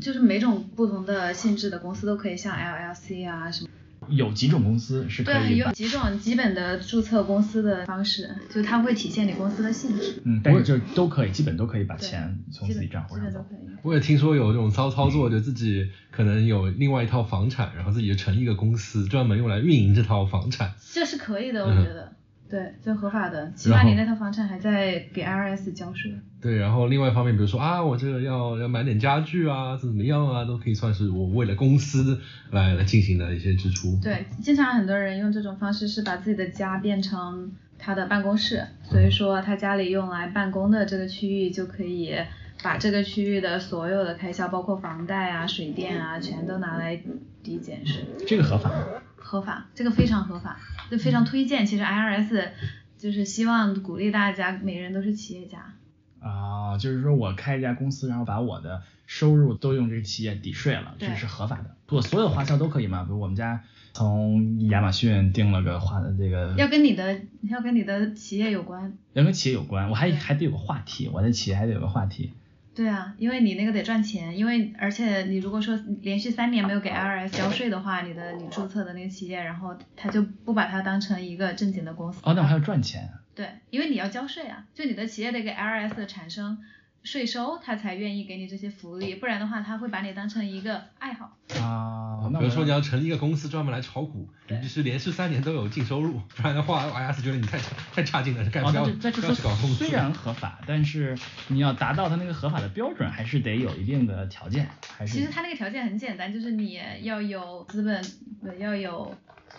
Speaker 4: 就是每种不同的性质的公司都可以，像 LLC 啊什么。
Speaker 1: 有几种公司是可
Speaker 4: 对，啊
Speaker 1: 以
Speaker 4: 有
Speaker 1: 把，
Speaker 4: 几种基本的注册公司的方式，就它会体现你公司的性质，
Speaker 1: 嗯，但是就都可以，基本都可以把钱从
Speaker 4: 基
Speaker 1: 自己
Speaker 4: 本基
Speaker 1: 账户上
Speaker 4: 本都
Speaker 1: 走。
Speaker 4: 可以。
Speaker 3: 我也听说有这种骚操作，就自己可能有另外一套房产，然后自己就成立一个公司，专门用来运营这套房产。
Speaker 4: 这是可以的，我
Speaker 3: 嗯
Speaker 4: 觉得。对，这合法的，起
Speaker 3: 然
Speaker 4: 码
Speaker 3: 后
Speaker 4: 你那套房产还在给 IRS 交税。
Speaker 3: 对，然后另外一方面，比如说啊，我这个要要买点家具啊，怎么样啊，都可以算是我为了公司来来进行的一些支出。
Speaker 4: 对，经常很多人用这种方式是把自己的家变成他的办公室，所以说他家里用来办公的这个区域就可以把这个区域的所有的开销，包括房贷啊、水电啊，全都拿来抵减税。
Speaker 1: 这个合法吗？
Speaker 4: 合法，这个非常合法，就非常推荐。其实 IRS 就是希望鼓励大家，每人都是企业家。
Speaker 1: 啊，就是说我开一家公司，然后把我的收入都用这个企业抵税了，这
Speaker 4: 对
Speaker 1: 是合法的。我所有花销都可以吗？比如我们家从亚马逊订了个画，这个
Speaker 4: 要跟你的要跟你的企业有关。
Speaker 1: 要跟企业有关，我还
Speaker 4: 对
Speaker 1: 还得有个话题，我的企业还得有个话题。
Speaker 4: 对啊，因为你那个得赚钱，因为而且你如果说连续三年没有给 IRS 交税的话，你的你注册的那个企业，然后他就不把它当成一个正经的公司。
Speaker 1: 哦，那我还要赚钱啊。
Speaker 4: 对，因为你要交税啊，就你的企业得给 IRS 产生税收，他才愿意给你这些福利，不然的话他会把你当成一个爱好。
Speaker 1: 啊，那我
Speaker 3: 比如说你
Speaker 1: 要
Speaker 3: 要成立一个公司专门来炒股，你必须连续三年都有净收入，不然的话，IRS 觉得你太差太差劲了，干
Speaker 1: 哦，
Speaker 3: 不
Speaker 1: 那
Speaker 3: 要
Speaker 1: 这这就
Speaker 3: 不要
Speaker 1: 是
Speaker 3: 去搞
Speaker 1: 说
Speaker 3: 公司。
Speaker 1: 虽然合法，但是你要达到它那个合法的标准，还是得有一定的条件，还是
Speaker 4: 其实他那个条件很简单，就是你要有资本，不要有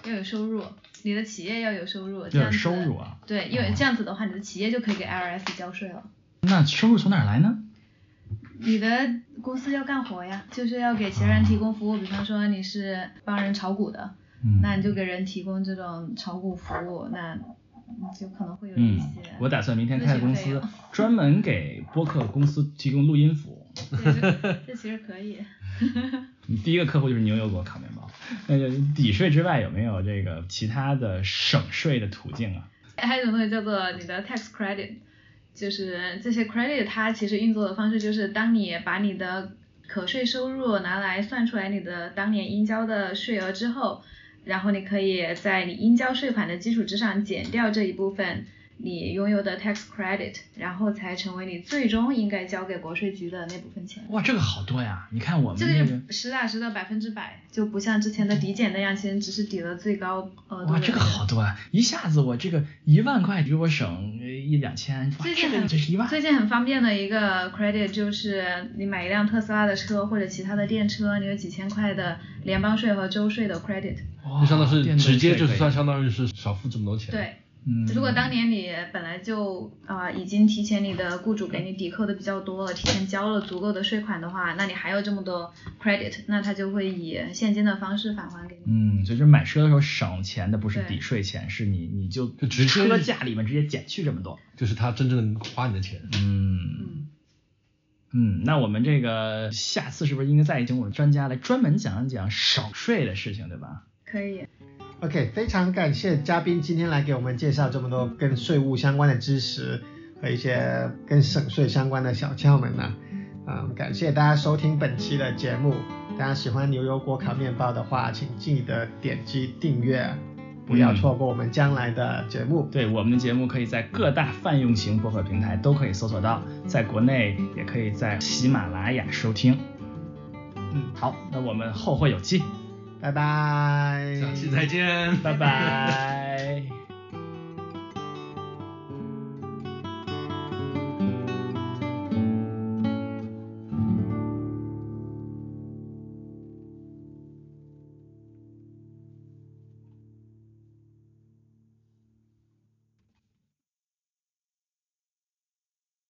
Speaker 4: 要有收入，你的企业要有收入，这
Speaker 1: 要
Speaker 4: 样
Speaker 1: 有
Speaker 4: 子
Speaker 1: 收入啊。
Speaker 4: 对，因为这样子的话，你的企业就可以给 IRS 交税了。
Speaker 1: 那收入从哪儿来呢？
Speaker 4: 你的公司要干活呀，就是要给其他人提供服务，比方说你是帮人炒股的，
Speaker 1: 嗯，
Speaker 4: 那你就给人提供这种炒股服务，那你就可能会有一
Speaker 1: 嗯
Speaker 4: 些。，
Speaker 1: 我打算明天开个公
Speaker 4: 咨询
Speaker 1: 司
Speaker 4: 费用，
Speaker 1: 专门给播客公司提供录音服务。
Speaker 4: 对这这其实可以。
Speaker 1: 你第一个客户就是牛油果烤面包。那就抵税之外有没有这个其他的省税的途径啊？
Speaker 4: 还有一种东西叫做你的 tax credit，就是这些 credit 它其实运作的方式就是，当你把你的可税收入拿来算出来你的当年应交的税额之后，然后你可以在你应交税款的基础之上减掉这一部分你拥有的 tax credit，然后才成为你最终应该交给国税局的那部分钱。
Speaker 1: 哇，这个好多呀！你看我们
Speaker 4: 这
Speaker 1: 那
Speaker 4: 个
Speaker 1: 个
Speaker 4: 是实打实的百分之百，就不像之前的抵减那样，其实只是抵了最高额度
Speaker 1: 哇，
Speaker 4: 的。
Speaker 1: 这个好多啊！一下子我这个一万块给我省呃一两千，哇，
Speaker 4: 最
Speaker 1: 这
Speaker 4: 近
Speaker 1: 个
Speaker 4: 很
Speaker 1: 这是一万，
Speaker 4: 最近很方便的一个 credit 就是你买一辆特斯拉的车或者其他的电车，你有几千块的联邦税和州税的 credit。
Speaker 1: 哇
Speaker 3: 就相当是
Speaker 1: 哦电动
Speaker 3: 直接
Speaker 1: 车
Speaker 3: 就是
Speaker 1: 可以
Speaker 3: 算，相当于是少付这么多钱。，
Speaker 4: 对，
Speaker 1: 嗯，
Speaker 4: 如果当年你本来就啊、呃已经提前你的雇主给你抵扣的比较多了，提前交了足够的税款的话，那你还有这么多 credit，那他就会以现金的方式返还给你。
Speaker 1: 嗯，所以就是买车的时候省钱的不是
Speaker 4: 对
Speaker 1: 抵税钱，是你你就
Speaker 3: 就直接
Speaker 1: 车价里面直接减去这么多，
Speaker 3: 就是他真正花你的钱。
Speaker 1: 嗯
Speaker 4: 嗯，
Speaker 1: 嗯，那我们这个下次是不是应该再请我们专家来专门讲一讲省税的事情，对吧？
Speaker 4: 可以，
Speaker 2: OK，非常感谢嘉宾今天来给我们介绍这么多跟税务相关的知识和一些跟省税相关的小窍门呢、嗯，感谢大家收听本期的节目。大家喜欢牛油果烤面包的话，请记得点击订阅，不要
Speaker 1: 嗯
Speaker 2: 错过我们将来的节目。
Speaker 1: 对，我们的节目可以在各大泛用型播客平台都可以搜索到，在国内也可以在喜马拉雅收听。
Speaker 2: 嗯，
Speaker 1: 好，那我们后会有期，
Speaker 2: 拜拜，
Speaker 3: 下期再见，
Speaker 1: 拜拜。